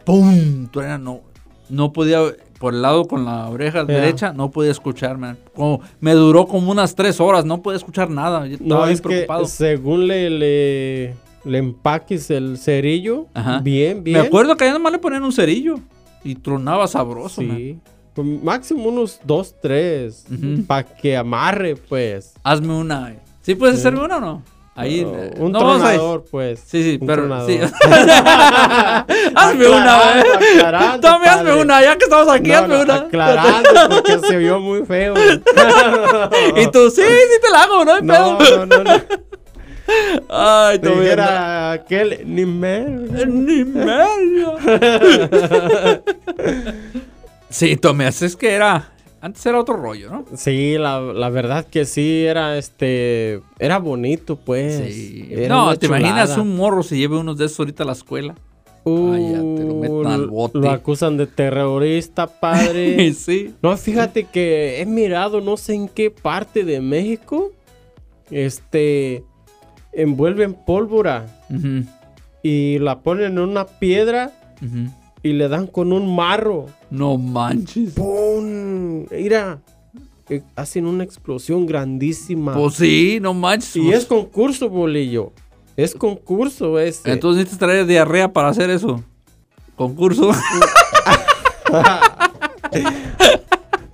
Speaker 7: ¡Pum! Truena, no, no podía, por el lado con la oreja
Speaker 8: Ya.
Speaker 7: derecha, no podía escuchar, man. Como, me duró como unas tres horas, no podía escuchar nada. Yo estaba
Speaker 8: No,
Speaker 7: bien
Speaker 8: es que
Speaker 7: preocupado.
Speaker 8: según le, le, le empaques el cerillo,
Speaker 7: Ajá.
Speaker 8: bien, bien.
Speaker 7: Me acuerdo que allá nomás le ponían un cerillo y tronaba sabroso, man.
Speaker 8: Sí. Pues máximo unos dos, tres.
Speaker 7: Ujú.
Speaker 8: Para que amarre, pues.
Speaker 7: Hazme una. eh. ¿Sí puedes hacerme una o no? Ahí.
Speaker 8: Uh,
Speaker 7: eh,
Speaker 8: un
Speaker 7: no vamos a-
Speaker 8: tronador, pues.
Speaker 7: Sí, sí,
Speaker 8: Un
Speaker 7: pero
Speaker 8: tronador.
Speaker 7: sí. hazme una,
Speaker 8: Aclarando,
Speaker 7: eh.
Speaker 8: aclarando,
Speaker 7: Tommy, hazme
Speaker 8: padre.
Speaker 7: una, ya que estamos aquí,
Speaker 8: No,
Speaker 7: hazme
Speaker 8: no,
Speaker 7: una.
Speaker 8: aclarando, porque se vio muy feo.
Speaker 7: Y tú, sí, sí te la hago, no hay
Speaker 8: No,
Speaker 7: pedo.
Speaker 8: no, no. no.
Speaker 7: Ay,
Speaker 8: Te
Speaker 7: Tommy. anda-
Speaker 8: dijera aquel, ni me.
Speaker 7: Ni medio. sí, Tommy, así es que era. Antes era otro rollo, ¿no?
Speaker 8: Sí, la, la verdad que sí, era este. Era bonito, pues.
Speaker 7: Sí.
Speaker 8: Era
Speaker 7: No,
Speaker 8: una
Speaker 7: te imaginas
Speaker 8: chulada.
Speaker 7: un morro se lleve unos de esos ahorita a la escuela. Ay, ya te lo meten al
Speaker 8: Uh,
Speaker 7: bote.
Speaker 8: Lo acusan de terrorista, padre.
Speaker 7: sí.
Speaker 8: No, fíjate que he mirado no sé en qué parte de México. Este. Envuelven pólvora
Speaker 7: Ujú,
Speaker 8: y la ponen en una piedra
Speaker 7: ujú.
Speaker 8: y le dan con un marro.
Speaker 7: No manches.
Speaker 8: ¡Pum! Mira, eh, hacen una explosión grandísima.
Speaker 7: Pues sí, no manches.
Speaker 8: y
Speaker 7: pues.
Speaker 8: es concurso, bolillo. Es concurso ese.
Speaker 7: Entonces necesitas traer diarrea para hacer eso. Concurso.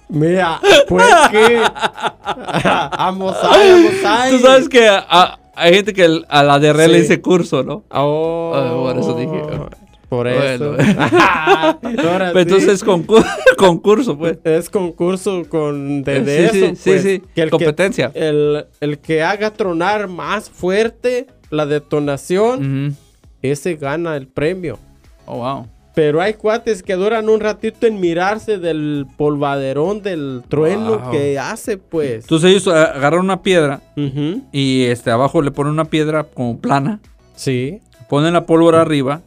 Speaker 8: Mira, pues que. vamos a vamos a
Speaker 7: Tú sabes que a- hay gente que el- a la diarrea le
Speaker 8: Sí.
Speaker 7: dice curso, ¿no?
Speaker 8: Oh,
Speaker 7: Ah, por eso dije, ok.
Speaker 8: Por eso.
Speaker 7: Bueno.
Speaker 8: Ahora
Speaker 7: Pero
Speaker 8: Ah, sí.
Speaker 7: entonces concu- concurso, pues.
Speaker 8: Es concurso con de,
Speaker 7: Eh, sí,
Speaker 8: de
Speaker 7: sí,
Speaker 8: eso,
Speaker 7: sí,
Speaker 8: pues,
Speaker 7: sí.
Speaker 8: que el
Speaker 7: Competencia.
Speaker 8: Que, el, el que haga tronar más fuerte la detonación,
Speaker 7: Ujú.
Speaker 8: ese gana el premio.
Speaker 7: Oh, wow.
Speaker 8: Pero hay cuates que duran un ratito en mirarse del polvaderón del trueno
Speaker 7: Wow.
Speaker 8: que hace, pues.
Speaker 7: Entonces ellos a- agarran una piedra
Speaker 8: Ujú.
Speaker 7: y este abajo le ponen una piedra como plana,
Speaker 8: Sí.
Speaker 7: ponen la pólvora arriba,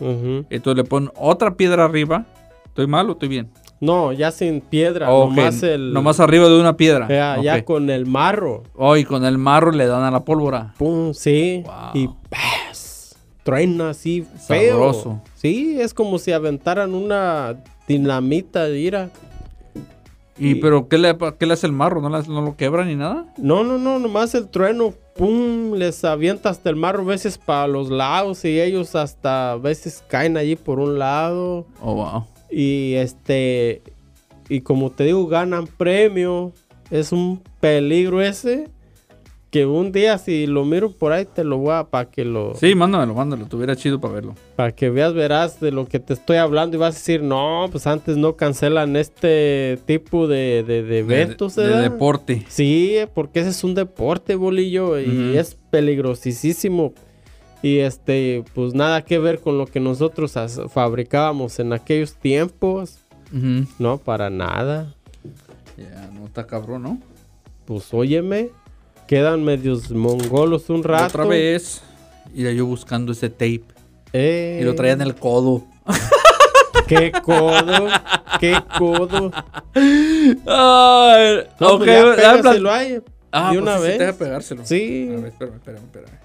Speaker 8: Ujú.
Speaker 7: entonces le ponen otra piedra arriba. ¿Estoy mal o estoy bien?
Speaker 8: No, ya sin piedra,
Speaker 7: Ok,
Speaker 8: nomás el.
Speaker 7: nomás arriba de una piedra.
Speaker 8: ya, Oh, ya
Speaker 7: Ok.
Speaker 8: con el marro.
Speaker 7: Oh, y con el marro le dan a la pólvora.
Speaker 8: Pum, sí.
Speaker 7: Wow.
Speaker 8: Y ¡paz! truena así feo.
Speaker 7: Sabroso.
Speaker 8: Sí, es como si aventaran una dinamita, mira.
Speaker 7: ¿Y
Speaker 8: Y-
Speaker 7: pero qué le, qué le hace el marro? ¿No, le hace- no lo quebra ni nada?
Speaker 8: No, no, no, nomás el trueno, pum, les avienta hasta el marro a veces para los lados y ellos hasta a veces caen allí por un lado
Speaker 7: Oh, wow.
Speaker 8: y este y como te digo, ganan premio. Es un peligro ese. Que un día si lo miro por ahí te lo voy a para que lo
Speaker 7: Sí, mándamelo, mándamelo. Tuviera chido para verlo.
Speaker 8: para que veas verás de lo que te estoy hablando y vas a decir, "No, pues antes no cancelan este tipo de, de- de
Speaker 7: De-
Speaker 8: eventos,
Speaker 7: de, de
Speaker 8: ¿verdad?".
Speaker 7: deporte.
Speaker 8: Sí, porque ese es un deporte, bolillo, y
Speaker 7: Ujú.
Speaker 8: es peligrosísimo. Y este, pues nada que ver con lo que nosotros as- fabricábamos en aquellos tiempos.
Speaker 7: Ujú.
Speaker 8: No, para nada.
Speaker 7: Ya, no está cabrón, ¿no?
Speaker 8: Pues óyeme, quedan medios mongolos un rato.
Speaker 7: Otra vez. Y yo buscando ese tape.
Speaker 8: Eh,
Speaker 7: Y lo traía en el codo.
Speaker 8: Qué codo, qué codo.
Speaker 7: Ay,
Speaker 8: No,
Speaker 7: ok,
Speaker 8: pues ya
Speaker 7: dame plan-
Speaker 8: pégaselo ahí.
Speaker 7: Ah,
Speaker 8: de
Speaker 7: pues
Speaker 8: una
Speaker 7: sí, sí,
Speaker 8: vez.
Speaker 7: te deja pegárselo.
Speaker 8: Sí.
Speaker 7: A ver, espérame, espérame, espérame.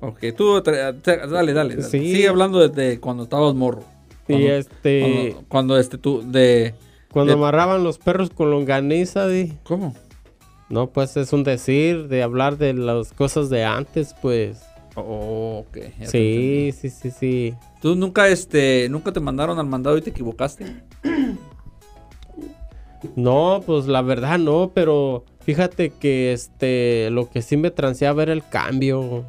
Speaker 7: Ok, tú tra- tra- dale, dale, dale.
Speaker 8: Sí.
Speaker 7: Sigue hablando desde cuando estabas morro. Cuando,
Speaker 8: y este,
Speaker 7: cuando, cuando este tú de
Speaker 8: cuando
Speaker 7: de-
Speaker 8: amarraban los perros con longaniza, di.
Speaker 7: ¿Cómo?
Speaker 8: No, pues es un decir de hablar de las cosas de antes, pues.
Speaker 7: Oh, ok. ya te entendí.
Speaker 8: Sí, sí, sí, sí.
Speaker 7: ¿Tú nunca este nunca te mandaron al mandado y te equivocaste?
Speaker 8: No, pues la verdad no, pero fíjate que este lo que sí me transeaba era el cambio.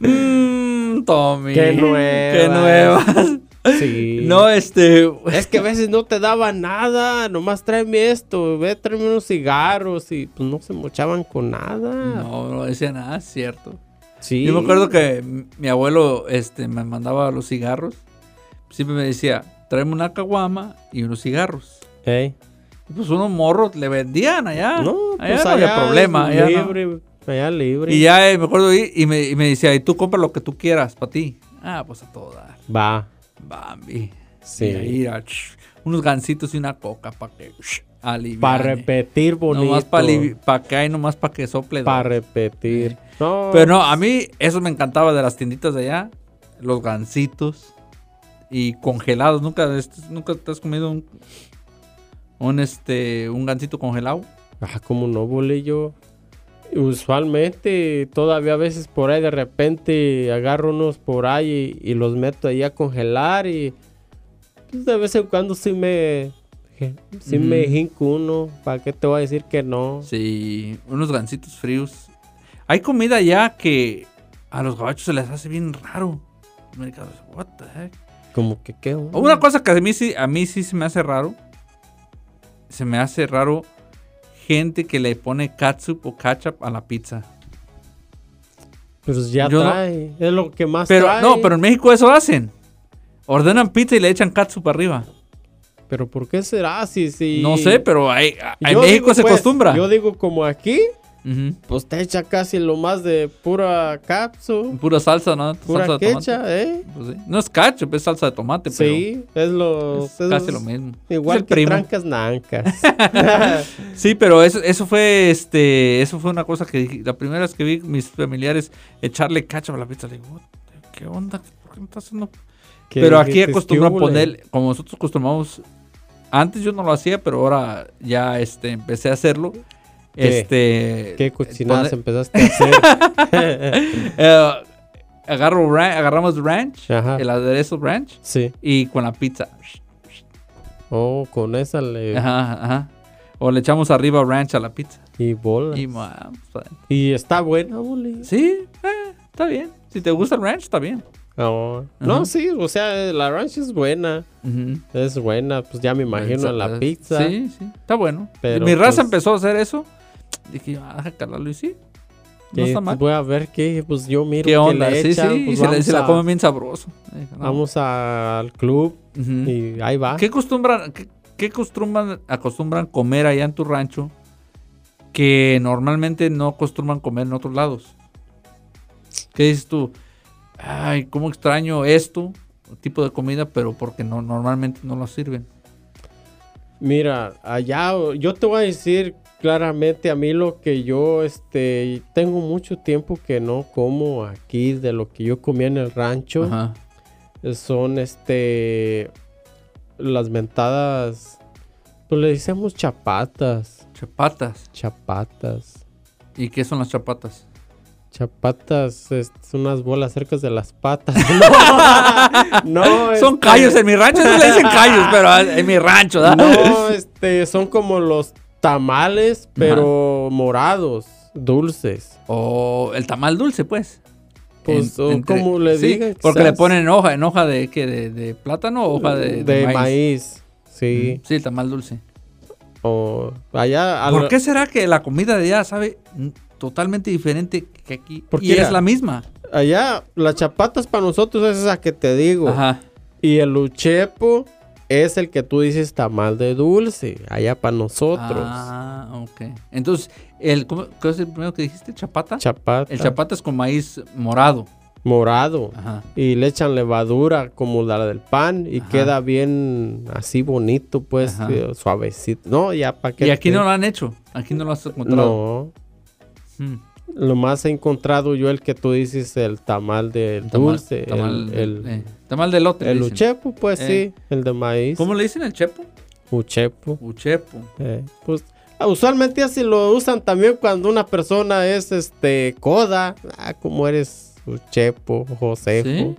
Speaker 7: Mmm, Tommy.
Speaker 8: Qué
Speaker 7: Qué
Speaker 8: nuevas.
Speaker 7: nuevas.
Speaker 8: Sí.
Speaker 7: No, este.
Speaker 8: es que a veces no te daba nada, nomás tráeme esto, ve, tráeme unos cigarros y pues no se mochaban con nada.
Speaker 7: No, no decía nada, es cierto.
Speaker 8: Sí.
Speaker 7: Yo me acuerdo que m- mi abuelo este, me mandaba los cigarros. Siempre me decía, tráeme una caguama y unos cigarros.
Speaker 8: Ey.
Speaker 7: Y pues unos morros le vendían allá.
Speaker 8: No,
Speaker 7: Ah, allá
Speaker 8: pues
Speaker 7: no había
Speaker 8: allá
Speaker 7: problema. allá no.
Speaker 8: libre, allá libre.
Speaker 7: Y ya eh, me acuerdo ir y me, y me decía, y tú compra lo que tú quieras para ti. Ah, pues a todo dar.
Speaker 8: va.
Speaker 7: Bambi.
Speaker 8: Sí.
Speaker 7: Y ahí, ah, ch, unos gancitos y una coca para que ch, aliviane.
Speaker 8: Para repetir bonito.
Speaker 7: Nomás para que hay, nomás para que sople.
Speaker 8: Para
Speaker 7: dos.
Speaker 8: repetir. No.
Speaker 7: Pero no, a mí eso me encantaba de las tienditas de allá. Los gancitos. Y congelados. ¿Nunca, est- nunca te has comido un, un, este, un gansito congelado?
Speaker 8: Ah, como no, bolillo. Usualmente, todavía a veces por ahí de repente agarro unos por ahí y, y los meto ahí a congelar y pues, de vez en cuando sí me sí me
Speaker 7: Mm.
Speaker 8: hinco uno, ¿para qué te voy a decir que no?
Speaker 7: Sí, unos gancitos fríos. Hay comida ya que a los gabachos se les hace bien raro. Los Mercados, what the heck?
Speaker 8: Como que qué onda?
Speaker 7: Una cosa que a mí, sí, a mí sí se me hace raro. Se me hace raro gente que le pone catsup o ketchup a la pizza.
Speaker 8: Pues ya
Speaker 7: yo no-
Speaker 8: trae, es lo que más
Speaker 7: Pero
Speaker 8: trae.
Speaker 7: no, pero en México eso hacen. Ordenan pizza y le echan catsup arriba.
Speaker 8: Pero ¿por qué será si si
Speaker 7: No sé, pero hay, a- en
Speaker 8: Yo
Speaker 7: México
Speaker 8: digo,
Speaker 7: se
Speaker 8: pues,
Speaker 7: acostumbra.
Speaker 8: Yo digo como aquí,
Speaker 7: Ujú.
Speaker 8: pues te echa casi lo más de pura cápsula,
Speaker 7: Pura salsa, ¿no?
Speaker 8: pura
Speaker 7: salsa de tomate.
Speaker 8: quecha, ¿eh?
Speaker 7: Pues sí. No es ketchup, es salsa de tomate, pero
Speaker 8: Sí, es lo,
Speaker 7: es
Speaker 8: es-
Speaker 7: casi lo mismo.
Speaker 8: Igual
Speaker 7: Es el
Speaker 8: que
Speaker 7: primo.
Speaker 8: trancas nancas.
Speaker 7: Sí, pero eso, eso fue este, eso fue una cosa que dije- la primera vez que vi mis familiares echarle ketchup a la pizza, le digo, "What the- ¿qué onda? ¿Por qué no estás haciendo
Speaker 8: Que
Speaker 7: Pero
Speaker 8: dijiste,
Speaker 7: aquí acostumbran
Speaker 8: "¿Qué hubo,
Speaker 7: poner, como nosotros acostumbramos, antes yo no lo hacía, pero ahora ya este, empecé a hacerlo.
Speaker 8: ¿Qué?
Speaker 7: Este,
Speaker 8: ¿Qué cochinadas
Speaker 7: poner-
Speaker 8: empezaste a hacer?
Speaker 7: eh, agarro ra- agarramos ranch,
Speaker 8: Ajá.
Speaker 7: el aderezo ranch,
Speaker 8: sí.
Speaker 7: y con la pizza.
Speaker 8: Oh, con esa le...
Speaker 7: Ajá, ajá. O le echamos arriba ranch a la pizza.
Speaker 8: Y bola.
Speaker 7: Y,
Speaker 8: Y,
Speaker 7: ma- pues,
Speaker 8: está buena, boli.
Speaker 7: sí, eh, está bien. Si te gusta el ranch, está bien.
Speaker 8: Oh.
Speaker 7: Ajá.
Speaker 8: No, sí, o sea, la ranch es buena. Es buena, pues ya me imagino la pizza.
Speaker 7: eh, Sí, sí, está bueno.
Speaker 8: Pero,
Speaker 7: Mi raza
Speaker 8: pues-
Speaker 7: empezó a hacer eso. Dije, ah, calarlo y sí. No
Speaker 8: Eh,
Speaker 7: está
Speaker 8: pues
Speaker 7: mal.
Speaker 8: voy a ver qué, pues yo miro
Speaker 7: ¿Qué
Speaker 8: que
Speaker 7: onda?
Speaker 8: le
Speaker 7: sí,
Speaker 8: echan,
Speaker 7: sí.
Speaker 8: pues
Speaker 7: se, le-
Speaker 8: vamos
Speaker 7: se la
Speaker 8: a-
Speaker 7: comen bien sabroso. Dije, no.
Speaker 8: Vamos al club
Speaker 7: Ujú.
Speaker 8: y ahí va.
Speaker 7: ¿Qué acostumbran, qué, qué acostumbran, acostumbran comer allá en tu rancho que normalmente no acostumbran comer en otros lados? ¿Qué dices tú? Ay, cómo extraño esto, tipo de comida, pero porque no, normalmente no lo sirven.
Speaker 8: Mira, allá o- yo te voy a decir claramente a mí lo que yo este tengo mucho tiempo que no como aquí de lo que yo comía en el rancho
Speaker 7: Ajá.
Speaker 8: son este las mentadas pues le decimos chapatas,
Speaker 7: Chapatas.
Speaker 8: chapatas,
Speaker 7: ¿Y qué son las chapatas?
Speaker 8: Chapatas, es, son unas bolas cerca de las patas. No,
Speaker 7: Son
Speaker 8: este,
Speaker 7: callos, en mi rancho no le dicen callos, pero en mi rancho, ¿da?
Speaker 8: No, este, son como los tamales, pero morados, dulces.
Speaker 7: O el tamal dulce, pues.
Speaker 8: Pues, o
Speaker 7: entre-
Speaker 8: como le
Speaker 7: sí,
Speaker 8: digan,
Speaker 7: Porque
Speaker 8: quizás.
Speaker 7: le ponen hoja, en hoja de, ¿qué? de, de plátano o hoja de,
Speaker 8: De,
Speaker 7: de maíz.
Speaker 8: maíz. Sí.
Speaker 7: Sí, el tamal dulce.
Speaker 8: O allá. a
Speaker 7: ¿Por
Speaker 8: la-
Speaker 7: qué será que la comida de allá sabe mm, totalmente diferente que aquí?
Speaker 8: ¿Por
Speaker 7: y
Speaker 8: qué
Speaker 7: es
Speaker 8: era?
Speaker 7: la misma.
Speaker 8: Allá, las chapatas para nosotros es esa que te digo.
Speaker 7: Ajá.
Speaker 8: Y el uchepo es el que tú dices tamal de dulce. Allá para nosotros.
Speaker 7: Ah, ok. Entonces, el, ¿cómo, ¿qué es el primero que dijiste? ¿Chapata?
Speaker 8: Chapata.
Speaker 7: el Ah. chapata es con maíz morado.
Speaker 8: Morado.
Speaker 7: Ajá.
Speaker 8: Y le echan levadura como la del pan y
Speaker 7: Ajá.
Speaker 8: queda bien así bonito, pues
Speaker 7: Ajá.
Speaker 8: eh, suavecito. No, ya para que
Speaker 7: Y aquí no lo han hecho. Aquí no lo has encontrado.
Speaker 8: No.
Speaker 7: Hmm.
Speaker 8: Lo más he encontrado yo el que tú dices el tamal de
Speaker 7: Tamal-
Speaker 8: dulce.
Speaker 7: Tamal,
Speaker 8: el, el,
Speaker 7: eh, tamal de lote.
Speaker 8: el uchepo, pues
Speaker 7: Eh.
Speaker 8: sí. El de maíz.
Speaker 7: ¿Cómo le dicen el chepo?
Speaker 8: Uchepo.
Speaker 7: Uchepo.
Speaker 8: eh, pues, ah, usualmente así lo usan también cuando una persona es este coda. Ah, como eres uchepo, Josefo.
Speaker 7: ¿Sí?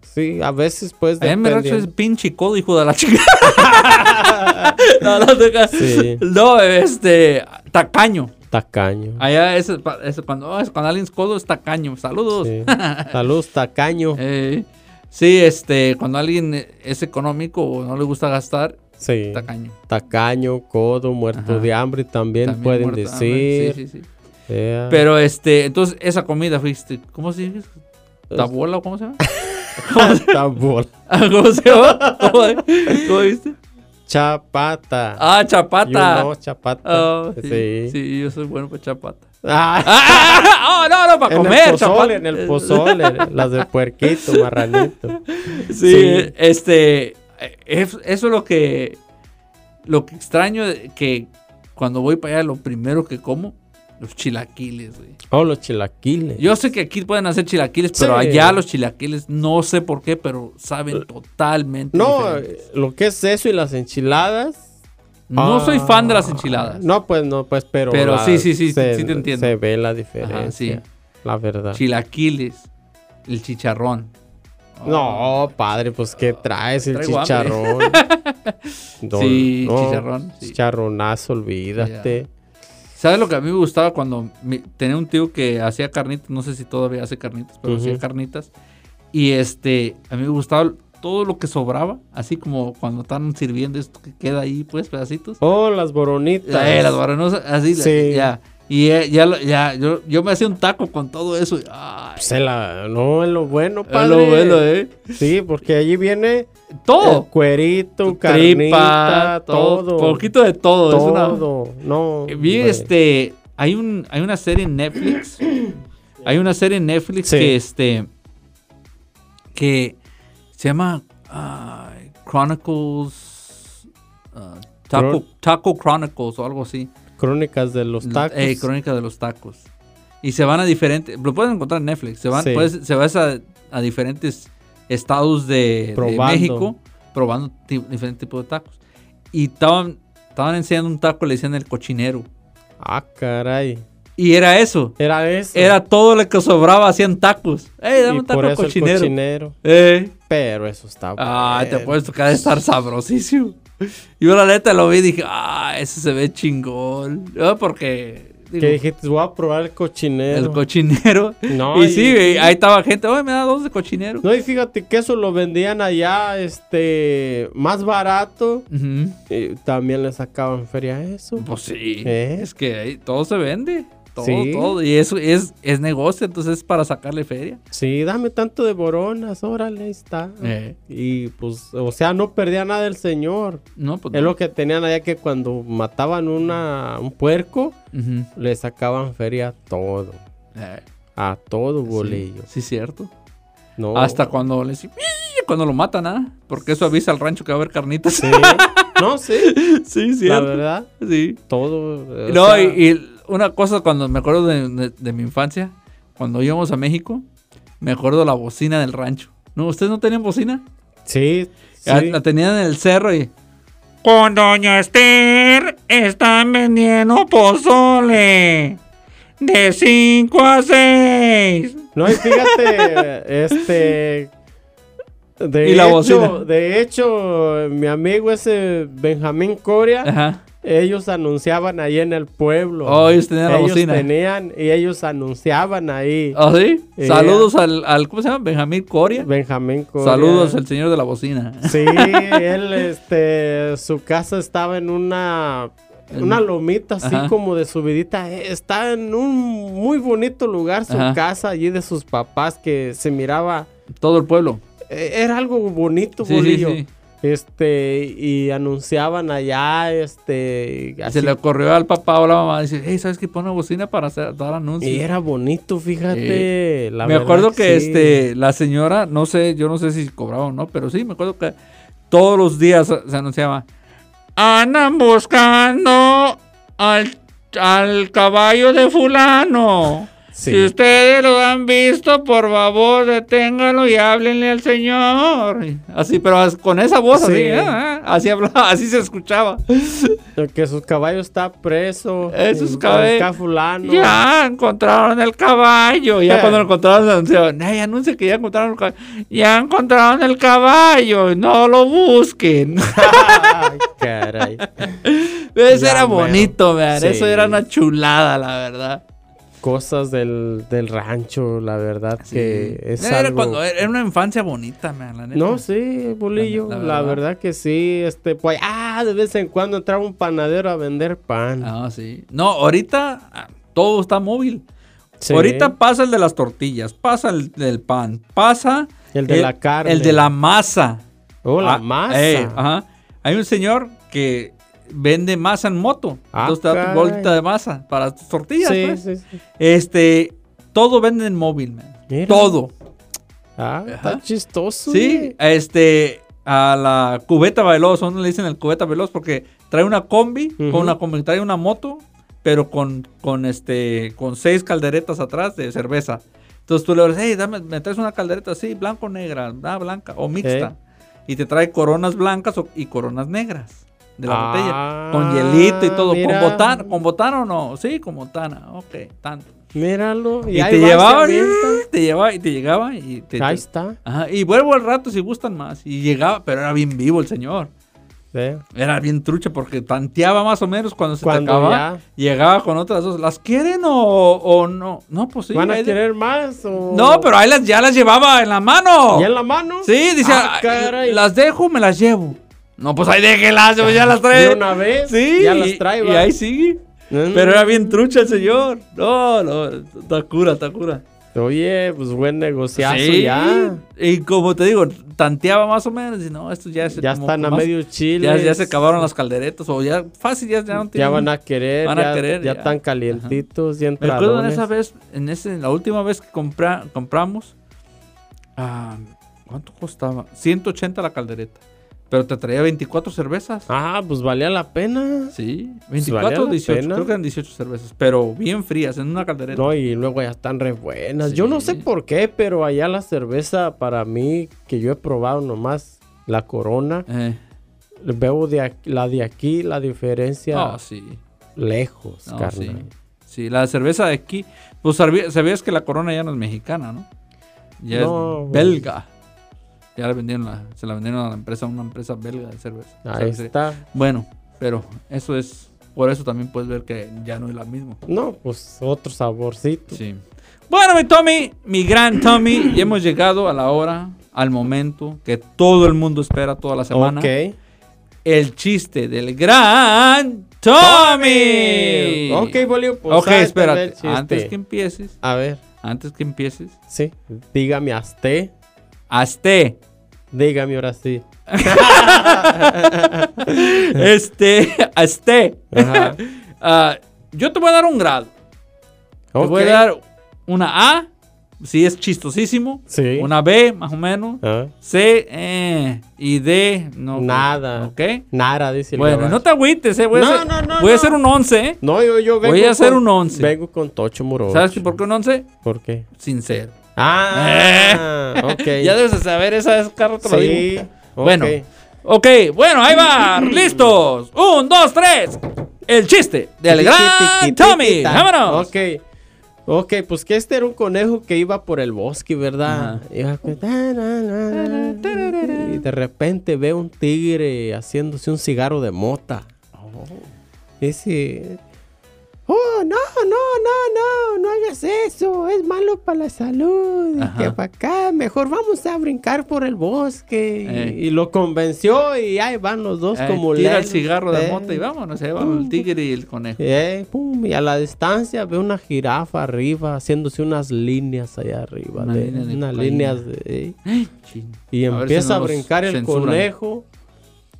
Speaker 8: ¿Sí? a veces pues
Speaker 7: Allá en mi rancho es
Speaker 8: dependiendo.
Speaker 7: pinche codo, hijo de la chica. no, no, no,
Speaker 8: Sí.
Speaker 7: no, este, tacaño.
Speaker 8: Tacaño.
Speaker 7: Allá es, es cuando, oh, es cuando alguien es codo es tacaño. Saludos.
Speaker 8: Sí. Salud, tacaño.
Speaker 7: Eh, sí, este, cuando alguien es económico o no le gusta gastar,
Speaker 8: Sí.
Speaker 7: tacaño.
Speaker 8: Tacaño, codo, muerto
Speaker 7: Ajá.
Speaker 8: de hambre también,
Speaker 7: También
Speaker 8: pueden
Speaker 7: muerto de hambre.
Speaker 8: decir. Eh, Ah.
Speaker 7: Sí, sí, sí.
Speaker 8: Yeah.
Speaker 7: Pero este, entonces esa comida fuiste, ¿cómo se dice? ¿Tabola o cómo se llama? Ah,
Speaker 8: Tambor.
Speaker 7: ¿Cómo se llama? ¿Cómo, eh? cómo dijiste?
Speaker 8: Chapata.
Speaker 7: Ah, chapata.
Speaker 8: You know, chapata.
Speaker 7: Oh, sí,
Speaker 8: sí.
Speaker 7: sí, yo soy bueno para chapata.
Speaker 8: Ah,
Speaker 7: ¡Ah! ¡Oh, no, no! Para
Speaker 8: en
Speaker 7: comer,
Speaker 8: el pozole,
Speaker 7: chapata.
Speaker 8: en el pozole, las de puerquito, marranito.
Speaker 7: Sí,
Speaker 8: Sí.
Speaker 7: este. eh, es- Eso es lo que. Lo que extraño de- que cuando voy para allá, lo primero que como, los chilaquiles, güey.
Speaker 8: Oh, los chilaquiles.
Speaker 7: Yo sé que aquí pueden hacer chilaquiles, pero
Speaker 8: Sí. Eh,
Speaker 7: allá los chilaquiles, no sé por qué, pero saben totalmente.
Speaker 8: no,
Speaker 7: diferente.
Speaker 8: eh, lo que es eso y las enchiladas.
Speaker 7: no soy fan de las
Speaker 8: ah,
Speaker 7: enchiladas.
Speaker 8: No, pues no, pues, pero.
Speaker 7: Pero sí,
Speaker 8: las-
Speaker 7: sí, sí, sí te entiendo.
Speaker 8: Se ve la diferencia.
Speaker 7: sí.
Speaker 8: La verdad.
Speaker 7: Chilaquiles, el chicharrón.
Speaker 8: No, padre, pues ¿qué traes? El
Speaker 7: Traigo hambre.
Speaker 8: chicharrón. No,
Speaker 7: Sí, chicharrón, sí.
Speaker 8: Chicharronazo, olvídate.
Speaker 7: ¿Sabes lo que a mí me gustaba cuando mi- tenía un tío que hacía carnitas? No sé si todavía hace carnitas, pero
Speaker 8: Ujú.
Speaker 7: hacía carnitas. Y este, a mí me gustaba todo lo que sobraba, así como cuando están sirviendo esto que queda ahí, pues, pedacitos.
Speaker 8: Oh, las boronitas.
Speaker 7: Eh, las varonosas, así, la-
Speaker 8: Sí.
Speaker 7: ya. Y eh, ya, lo- ya, yo, yo me hacía un taco con todo eso. y, ay,
Speaker 8: Se la- no, es lo bueno,
Speaker 7: es
Speaker 8: padre.
Speaker 7: lo bueno, ¿eh?
Speaker 8: Sí, porque allí viene el
Speaker 7: Todo.
Speaker 8: cuerito,
Speaker 7: Tripa,
Speaker 8: carnita, todo.
Speaker 7: Poquito de todo. es una- Eh,
Speaker 8: todo. No.
Speaker 7: Vi
Speaker 8: hombre.
Speaker 7: este. Hay, un, hay una serie en Netflix. Hay una serie en Netflix
Speaker 8: Sí.
Speaker 7: que este. Que se llama ay, Chronicles. ah, Taco,
Speaker 8: Cro-
Speaker 7: Taco Chronicles o algo así.
Speaker 8: Crónicas de los tacos.
Speaker 7: Eh, Crónica de los tacos. Y se van a diferentes. Lo pueden encontrar en Netflix. Se van,
Speaker 8: Sí.
Speaker 7: puedes- se vas a, a diferentes estados de, de
Speaker 8: Probando.
Speaker 7: México probando ti- diferentes tipos de tacos. Y estaban, estaban enseñando un taco, le decían el cochinero.
Speaker 8: Ah, caray.
Speaker 7: Y era eso.
Speaker 8: Era eso.
Speaker 7: Era todo lo que sobraba, hacían tacos. ¡Ey, dame
Speaker 8: y
Speaker 7: un taco
Speaker 8: por eso
Speaker 7: cochinero!
Speaker 8: el cochinero. Eh.
Speaker 7: ¡Eh!
Speaker 8: Pero eso está
Speaker 7: Ah, te
Speaker 8: bueno.
Speaker 7: puedes tocar de estar sabrosísimo. Yo la neta lo vi y dije, ah, ese se ve chingón. Ah, porque digo,
Speaker 8: Que dijiste, voy a probar el cochinero.
Speaker 7: el cochinero.
Speaker 8: No,
Speaker 7: y
Speaker 8: y-
Speaker 7: sí, güey, ahí estaba gente, oye, me da dos de cochinero.
Speaker 8: No, y fíjate que eso lo vendían allá, este, más barato.
Speaker 7: Ujú.
Speaker 8: Y también le sacaban feria a eso.
Speaker 7: Pues sí,
Speaker 8: ¿Eh?
Speaker 7: es que ahí todo se vende. Todo,
Speaker 8: Sí.
Speaker 7: todo. Y eso es, es negocio, entonces es para sacarle feria.
Speaker 8: Sí, dame tanto de boronas, órale, ahí está.
Speaker 7: Eh,
Speaker 8: Y pues, o sea, no perdía nada el señor.
Speaker 7: No, pues.
Speaker 8: Es lo que tenían allá que cuando mataban una, un puerco,
Speaker 7: Ujú.
Speaker 8: le sacaban feria a todo.
Speaker 7: Eh,
Speaker 8: A todo
Speaker 7: sí,
Speaker 8: bolillo.
Speaker 7: sí, cierto.
Speaker 8: No.
Speaker 7: Hasta cuando les cuando lo matan, ¿ah? Porque eso avisa al rancho que va a haber carnitas.
Speaker 8: Sí. No, sí.
Speaker 7: sí,
Speaker 8: La
Speaker 7: cierto.
Speaker 8: verdad,
Speaker 7: Sí.
Speaker 8: todo. o
Speaker 7: No,
Speaker 8: sea,
Speaker 7: y, y una cosa cuando me acuerdo de, de- de mi infancia, cuando íbamos a México, me acuerdo la bocina del rancho. No, ustedes no tenían bocina. Ah,
Speaker 8: Sí. sí.
Speaker 7: La- La tenían en el cerro y con Doña Esther están vendiendo pozole. De 5 a 6.
Speaker 8: No, y fíjate, este. De
Speaker 7: Y la
Speaker 8: hecho,
Speaker 7: bocina.
Speaker 8: De hecho, mi amigo ese Benjamín Coria,
Speaker 7: Ajá.
Speaker 8: ellos anunciaban ahí en el pueblo.
Speaker 7: Oh, ellos tenían la
Speaker 8: Ellos
Speaker 7: bocina.
Speaker 8: tenían y ellos anunciaban ahí.
Speaker 7: ¿Ah, sí?
Speaker 8: Eh.
Speaker 7: Saludos al, al- ¿Cómo se llama? Benjamín Coria.
Speaker 8: Benjamín Coria.
Speaker 7: Saludos al señor de la bocina.
Speaker 8: Sí, él, este, su casa estaba en una, una lomita así
Speaker 7: Ajá.
Speaker 8: como de subidita. Eh, Está en un muy bonito lugar su
Speaker 7: Ajá.
Speaker 8: casa allí de sus papás que se miraba.
Speaker 7: Todo el pueblo.
Speaker 8: eh, Era algo bonito,
Speaker 7: Sí, sí,
Speaker 8: bolillo.
Speaker 7: sí.
Speaker 8: Este, y anunciaban allá, este,
Speaker 7: Y
Speaker 8: así.
Speaker 7: Se le ocurrió al papá o la mamá. Dice, hey, ¿sabes qué? Pon una bocina para hacer, dar anuncios.
Speaker 8: Y era bonito, fíjate. la
Speaker 7: Eh, me
Speaker 8: verdad
Speaker 7: acuerdo que,
Speaker 8: sí.
Speaker 7: este la señora, no sé, yo no sé si cobraba o no, pero sí, me acuerdo que todos los días se se anunciaba. Andan buscando al, al caballo de fulano.
Speaker 8: Sí.
Speaker 7: Si ustedes lo han visto, por favor, deténganlo y háblenle al señor. Así, pero as- con esa voz,
Speaker 8: Sí.
Speaker 7: así, ah, ah, así hablaba, así se escuchaba.
Speaker 8: Que su caballo está preso.
Speaker 7: Esos
Speaker 8: y
Speaker 7: Eh, caballos-
Speaker 8: acá fulano.
Speaker 7: Ya encontraron el caballo. Ya
Speaker 8: Ya.
Speaker 7: cuando lo encontraron, anunciaron. Ay, anuncia que ya encontraron el caballo. Ya encontraron el caballo. No lo busquen.
Speaker 8: Ay, caray.
Speaker 7: Eso
Speaker 8: Ya,
Speaker 7: era
Speaker 8: mero.
Speaker 7: bonito, man.
Speaker 8: Sí.
Speaker 7: Eso era una chulada, la verdad.
Speaker 8: Cosas del, del rancho, la verdad que es
Speaker 7: era,
Speaker 8: algo...
Speaker 7: cuando- era una infancia bonita, man. la neta.
Speaker 8: No, sí, Bolillo,
Speaker 7: La-
Speaker 8: la,
Speaker 7: la
Speaker 8: verdad.
Speaker 7: verdad.
Speaker 8: que sí, este, pues, ah, de vez en cuando entraba un panadero a vender pan.
Speaker 7: Ah, sí. No, ahorita ah, todo está móvil.
Speaker 8: Sí.
Speaker 7: Ahorita pasa el de las tortillas, pasa el del pan, pasa
Speaker 8: El de la carne.
Speaker 7: el de la masa.
Speaker 8: Oh, la
Speaker 7: Ah,
Speaker 8: masa.
Speaker 7: eh, ajá. Hay un señor que vende masa en moto.
Speaker 8: Ah,
Speaker 7: Entonces te da tu
Speaker 8: caray.
Speaker 7: bolita de masa para tus tortillas,
Speaker 8: sí,
Speaker 7: pues.
Speaker 8: sí, sí.
Speaker 7: Este, todo vende en móvil, man.
Speaker 8: Mira.
Speaker 7: Todo.
Speaker 8: Ah, está chistoso.
Speaker 7: Sí,
Speaker 8: güey.
Speaker 7: este, a la cubeta veloz, ¿dónde le dicen el cubeta veloz? Porque trae una combi,
Speaker 8: Ujú.
Speaker 7: con una combi, trae una moto, pero con, con este, con seis calderetas atrás de cerveza. Entonces tú le dices, hey, dame, me traes una caldereta así, blanco o negra, ah, blanca o mixta. Y te trae coronas blancas o- y coronas negras de la
Speaker 8: Ah,
Speaker 7: botella, con hielito y todo,
Speaker 8: mira.
Speaker 7: con botana, con botana o no, sí, con botana, ok, tanto.
Speaker 8: Míralo.
Speaker 7: Y,
Speaker 8: ahí
Speaker 7: te
Speaker 8: va, se
Speaker 7: llevaba,
Speaker 8: avienta.
Speaker 7: te llevaba y te llegaba y te,
Speaker 8: Ahí
Speaker 7: te-
Speaker 8: está.
Speaker 7: Ajá, y vuelvo al rato si gustan más. Y llegaba, pero era bien vivo el señor.
Speaker 8: Sí.
Speaker 7: Era bien trucha porque tanteaba más o menos cuando se
Speaker 8: Cuando
Speaker 7: te acababa. Llegaba con otras dos. ¿Las quieren o, o no? No, pues sí.
Speaker 8: ¿Van a
Speaker 7: ahí de-
Speaker 8: querer más o...?
Speaker 7: No, pero ahí las, ya las llevaba en la mano.
Speaker 8: ¿Y en la mano?
Speaker 7: Sí, dice,
Speaker 8: Ah,
Speaker 7: "Ah,
Speaker 8: caray.
Speaker 7: las dejo, me las llevo. No, pues ahí déjelas, yo ya las trae.
Speaker 8: De una vez,
Speaker 7: Sí.
Speaker 8: ya las
Speaker 7: y-
Speaker 8: trae,
Speaker 7: Y,
Speaker 8: va.
Speaker 7: ahí sigue.
Speaker 8: Mm.
Speaker 7: Pero era bien trucha el señor. No, no, está cura, está cura.
Speaker 8: Oye, pues buen negociazo
Speaker 7: Sí,
Speaker 8: ya.
Speaker 7: Y como te digo, tanteaba más o menos. Y no, estos ya se-
Speaker 8: Ya
Speaker 7: como
Speaker 8: están
Speaker 7: que
Speaker 8: a
Speaker 7: más-
Speaker 8: medio chile.
Speaker 7: Ya, ya se acabaron las calderetas. O ya, fácil, ya, ya no
Speaker 8: Ya
Speaker 7: tienen-
Speaker 8: van a querer.
Speaker 7: Van a
Speaker 8: ya,
Speaker 7: querer,
Speaker 8: ya
Speaker 7: ya.
Speaker 8: están calientitos. Y
Speaker 7: Me acuerdo en
Speaker 8: entradones.
Speaker 7: esa vez, en ese, la última vez que compra- compramos, ah, ¿cuánto costaba? 180 la caldereta. Pero te traía 24 cervezas.
Speaker 8: Ah, pues valía la pena.
Speaker 7: Sí,
Speaker 8: valía
Speaker 7: 24
Speaker 8: la
Speaker 7: 18.
Speaker 8: pena.
Speaker 7: Creo que eran 18 cervezas, pero bien frías en una caldereta.
Speaker 8: No, y luego ya están re buenas. Yo no sé
Speaker 7: Sí.
Speaker 8: por qué, pero allá la cerveza para mí, que yo he probado nomás la corona,
Speaker 7: Eh,
Speaker 8: veo de aquí- la de aquí, la diferencia
Speaker 7: no, ah, sí.
Speaker 8: lejos,
Speaker 7: no, sí.
Speaker 8: carnal.
Speaker 7: Sí, la cerveza de aquí. Pues sabí- sabías que la corona ya no es mexicana, ¿no? Ya
Speaker 8: No,
Speaker 7: es
Speaker 8: güey.
Speaker 7: belga. Ya la vendieron, la- se la vendieron a la empresa, una empresa belga de cerveza. O sea,
Speaker 8: Ahí
Speaker 7: sí.
Speaker 8: está.
Speaker 7: Bueno, pero eso es. Por eso también puedes ver que ya no es la misma.
Speaker 8: No, pues otro saborcito.
Speaker 7: Sí. Bueno, mi Tommy, mi gran Tommy, ya hemos llegado a la hora, al momento que todo el mundo espera toda la semana.
Speaker 8: ok.
Speaker 7: El chiste del gran Tommy.
Speaker 8: Ok, Bolio, pues
Speaker 7: ok,
Speaker 8: ahí está el
Speaker 7: espérate.
Speaker 8: chiste.
Speaker 7: Antes que empieces,
Speaker 8: A ver,
Speaker 7: antes que empieces,
Speaker 8: sí. Dígame hasta.
Speaker 7: hazte.
Speaker 8: Dígame ahora sí.
Speaker 7: Este, hazte.
Speaker 8: Ajá.
Speaker 7: Ah, yo te voy a dar un grado. Te voy a
Speaker 8: Ok.
Speaker 7: dar una A, si es chistosísimo.
Speaker 8: Sí.
Speaker 7: Una B, más o menos.
Speaker 8: Ah,
Speaker 7: C, eh, y D, no. pues,
Speaker 8: Nada.
Speaker 7: ¿Ok?
Speaker 8: Nada, dice el
Speaker 7: Bueno,
Speaker 8: gabacho.
Speaker 7: no te agüites, eh. Voy a
Speaker 8: No,
Speaker 7: hacer,
Speaker 8: no, no,
Speaker 7: voy a
Speaker 8: no.
Speaker 7: hacer un 11, eh.
Speaker 8: No, yo, yo vengo
Speaker 7: Voy a hacer
Speaker 8: con-
Speaker 7: un once.
Speaker 8: Vengo con Tocho Muro.
Speaker 7: ¿Sabes qué- por qué un 11?
Speaker 8: ¿Por qué?
Speaker 7: Sincero.
Speaker 8: Ah, ok.
Speaker 7: Eh. ya debes de saber, esa es carro te lo
Speaker 8: Sí.
Speaker 7: digo.
Speaker 8: ok.
Speaker 7: Bueno, ok, bueno, ahí va. Listos. Un, dos, tres. El chiste del
Speaker 8: Tiqui,
Speaker 7: gran
Speaker 8: tiqui,
Speaker 7: Tommy.
Speaker 8: tiquita.
Speaker 7: Vámonos.
Speaker 8: Ok. Ok, pues que este era un conejo que iba por el bosque, ¿verdad?
Speaker 7: Ajá.
Speaker 8: Iba con- Y de repente ve un tigre haciéndose un cigarro de mota.
Speaker 7: Oh.
Speaker 8: Dice, oh, no, no, no, no, no hagas eso, es malo para la salud.
Speaker 7: Ajá.
Speaker 8: Y que para acá, mejor vamos a brincar por el bosque.
Speaker 7: Ey.
Speaker 8: Y, y lo convenció y ahí van los dos
Speaker 7: Eh,
Speaker 8: como
Speaker 7: tira el
Speaker 8: lelos,
Speaker 7: cigarro de
Speaker 8: eh.
Speaker 7: mota y vámonos, se va el tigre y el conejo.
Speaker 8: Eh, pum, y a la distancia ve una jirafa arriba haciéndose unas líneas allá arriba.
Speaker 7: Una
Speaker 8: de-
Speaker 7: línea de
Speaker 8: unas
Speaker 7: cocaína.
Speaker 8: líneas de- eh,
Speaker 7: Chin.
Speaker 8: y
Speaker 7: ver si
Speaker 8: empieza
Speaker 7: no
Speaker 8: a
Speaker 7: nos
Speaker 8: brincar el
Speaker 7: censuran.
Speaker 8: conejo.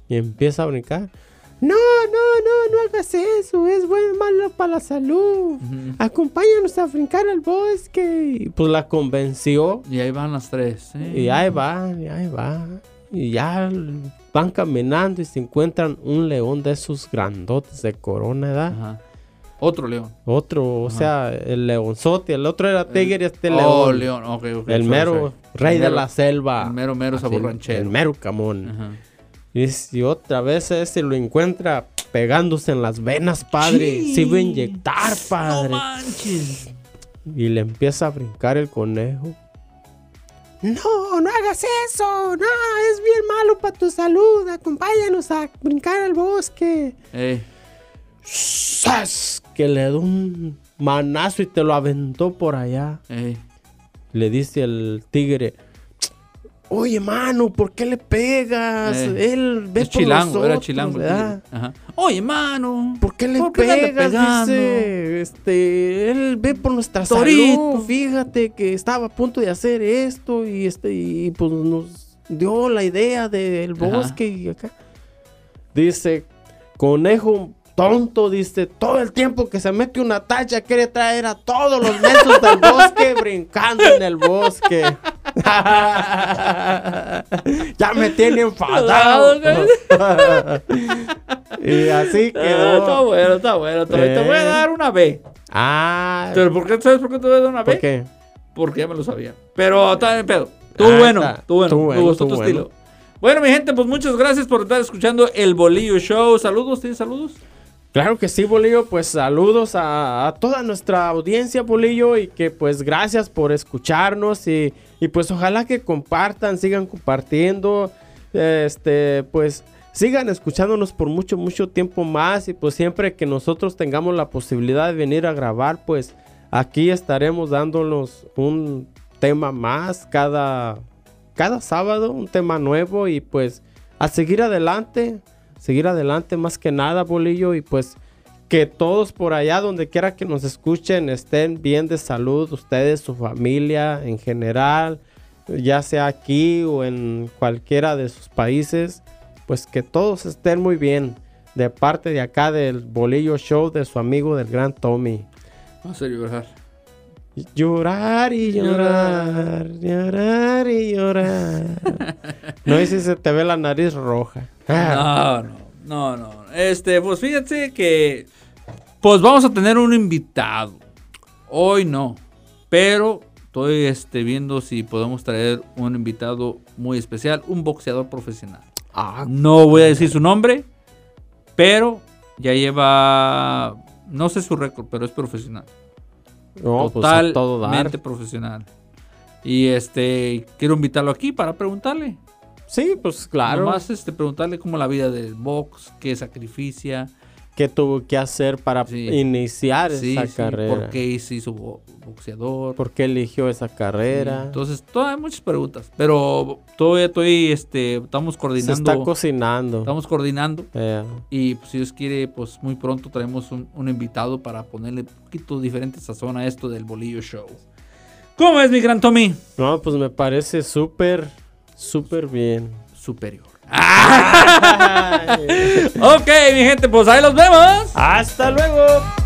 Speaker 8: Y empieza a brincar. No, no, no, no hagas eso. Es bueno malo para la salud.
Speaker 7: Ujú.
Speaker 8: Acompáñanos a brincar al bosque. Y pues la convenció.
Speaker 7: Y ahí van las tres. eh.
Speaker 8: Y ahí va, y ahí va. Y ya van caminando y se encuentran un león de esos grandotes de corona, ¿verdad?
Speaker 7: Ajá. Otro león.
Speaker 8: Otro, o sea, el leonzote, el otro era tigre, este
Speaker 7: Oh,
Speaker 8: león.
Speaker 7: león. ok, ok, sorry,
Speaker 8: El mero
Speaker 7: sorry.
Speaker 8: rey
Speaker 7: El
Speaker 8: de
Speaker 7: mero-
Speaker 8: la selva.
Speaker 7: El mero mero
Speaker 8: Así,
Speaker 7: saborranchero.
Speaker 8: El mero camón.
Speaker 7: Ajá.
Speaker 8: Y si otra vez ese lo encuentra pegándose en las venas, padre. Se iba a inyectar,
Speaker 7: No
Speaker 8: padre.
Speaker 7: manches.
Speaker 8: y le empieza a brincar el conejo. No, no hagas eso. No, es bien malo para tu salud. Acompáñanos a brincar al bosque.
Speaker 7: Ey,
Speaker 8: ¡Sas! Que le da un manazo y te lo aventó por allá.
Speaker 7: ey.
Speaker 8: Le dice el tigre. Oye, mano, ¿por qué le pegas?
Speaker 7: Eh,
Speaker 8: Él ve
Speaker 7: Es
Speaker 8: por
Speaker 7: chilango, era
Speaker 8: nosotros,
Speaker 7: chilango. el
Speaker 8: ¿verdad?
Speaker 7: tigre. Ajá. Oye, mano.
Speaker 8: ¿Por qué le
Speaker 7: andas
Speaker 8: pegas?
Speaker 7: pegando?
Speaker 8: Dice, este, él ve por nuestra
Speaker 7: Torito.
Speaker 8: salud. Fíjate que estaba a punto de hacer esto y este y pues nos dio la idea del
Speaker 7: Ajá.
Speaker 8: bosque y acá. Dice, conejo tonto, dice, todo el tiempo que se mete una tacha quiere traer a todos los mensos del bosque brincando en el bosque. ya me tiene enfadado. y así
Speaker 7: Ah, está
Speaker 8: quedó.
Speaker 7: bueno, está bueno. está bueno. Te voy a
Speaker 8: Eh.
Speaker 7: dar una B.
Speaker 8: Ah,
Speaker 7: Pero ¿por qué sabes por qué te voy a dar una B?
Speaker 8: ¿por qué?
Speaker 7: Porque ya me lo sabía. Pero está en pedo. Tú
Speaker 8: Ah,
Speaker 7: bueno,
Speaker 8: está.
Speaker 7: tú bueno.
Speaker 8: Tú
Speaker 7: Me
Speaker 8: bueno,
Speaker 7: gustó
Speaker 8: tú
Speaker 7: tu
Speaker 8: bueno.
Speaker 7: estilo. Bueno, mi gente, pues muchas gracias por estar escuchando el Bolillo Show. Saludos, ¿tienes saludos?
Speaker 8: Claro que sí, Bolillo. Pues saludos a, a toda nuestra audiencia, Bolillo. Y que pues gracias por escucharnos. Y, y, pues ojalá que compartan, sigan compartiendo. Este, pues sigan escuchándonos por mucho, mucho tiempo más. Y pues siempre que nosotros tengamos la posibilidad de venir a grabar, pues aquí estaremos dándonos un tema más cada, cada sábado, un tema nuevo. Y pues a seguir adelante, seguir adelante más que nada, Bolillo, y pues que todos por allá, donde quiera que nos escuchen, estén bien de salud, ustedes, su familia en general, ya sea aquí o en cualquiera de sus países, pues que todos estén muy bien. De parte de acá del Bolillo Show de su amigo del gran Tommy.
Speaker 7: No sé, verdad.
Speaker 8: Llorar y llorar, llorar y llorar. No sé si se te ve la nariz roja. Ah,
Speaker 7: No, no, no, no. Este, pues fíjense que. Pues vamos a tener un invitado. Hoy no. Pero estoy este, viendo si podemos traer un invitado muy especial, un boxeador profesional.
Speaker 8: Ah,
Speaker 7: No voy a decir su nombre, pero ya lleva. No sé su récord, pero es profesional.
Speaker 8: No, pues, a
Speaker 7: totalmente
Speaker 8: todo dar.
Speaker 7: profesional. Y este, quiero invitarlo aquí para preguntarle.
Speaker 8: Sí, pues claro.
Speaker 7: Nomás este, preguntarle cómo la vida del box, qué sacrificia,
Speaker 8: ¿Qué tuvo que hacer para
Speaker 7: Sí.
Speaker 8: iniciar
Speaker 7: sí,
Speaker 8: esa
Speaker 7: sí,
Speaker 8: carrera?
Speaker 7: por qué se hizo bo- boxeador.
Speaker 8: ¿Por qué eligió esa carrera?
Speaker 7: Entonces, todavía hay muchas preguntas, pero todavía estoy, este, estamos
Speaker 8: Se está
Speaker 7: coordinando.
Speaker 8: cocinando.
Speaker 7: Estamos coordinando
Speaker 8: Eh,
Speaker 7: y pues, si Dios quiere, pues muy pronto traemos un, un invitado para ponerle un poquito diferente sazón a esto del bolillo show. ¿Cómo es mi gran Tommy?
Speaker 8: no, pues me parece súper, súper bien.
Speaker 7: Superior. ok, mi gente, pues ahí los vemos.
Speaker 8: ¡Hasta luego!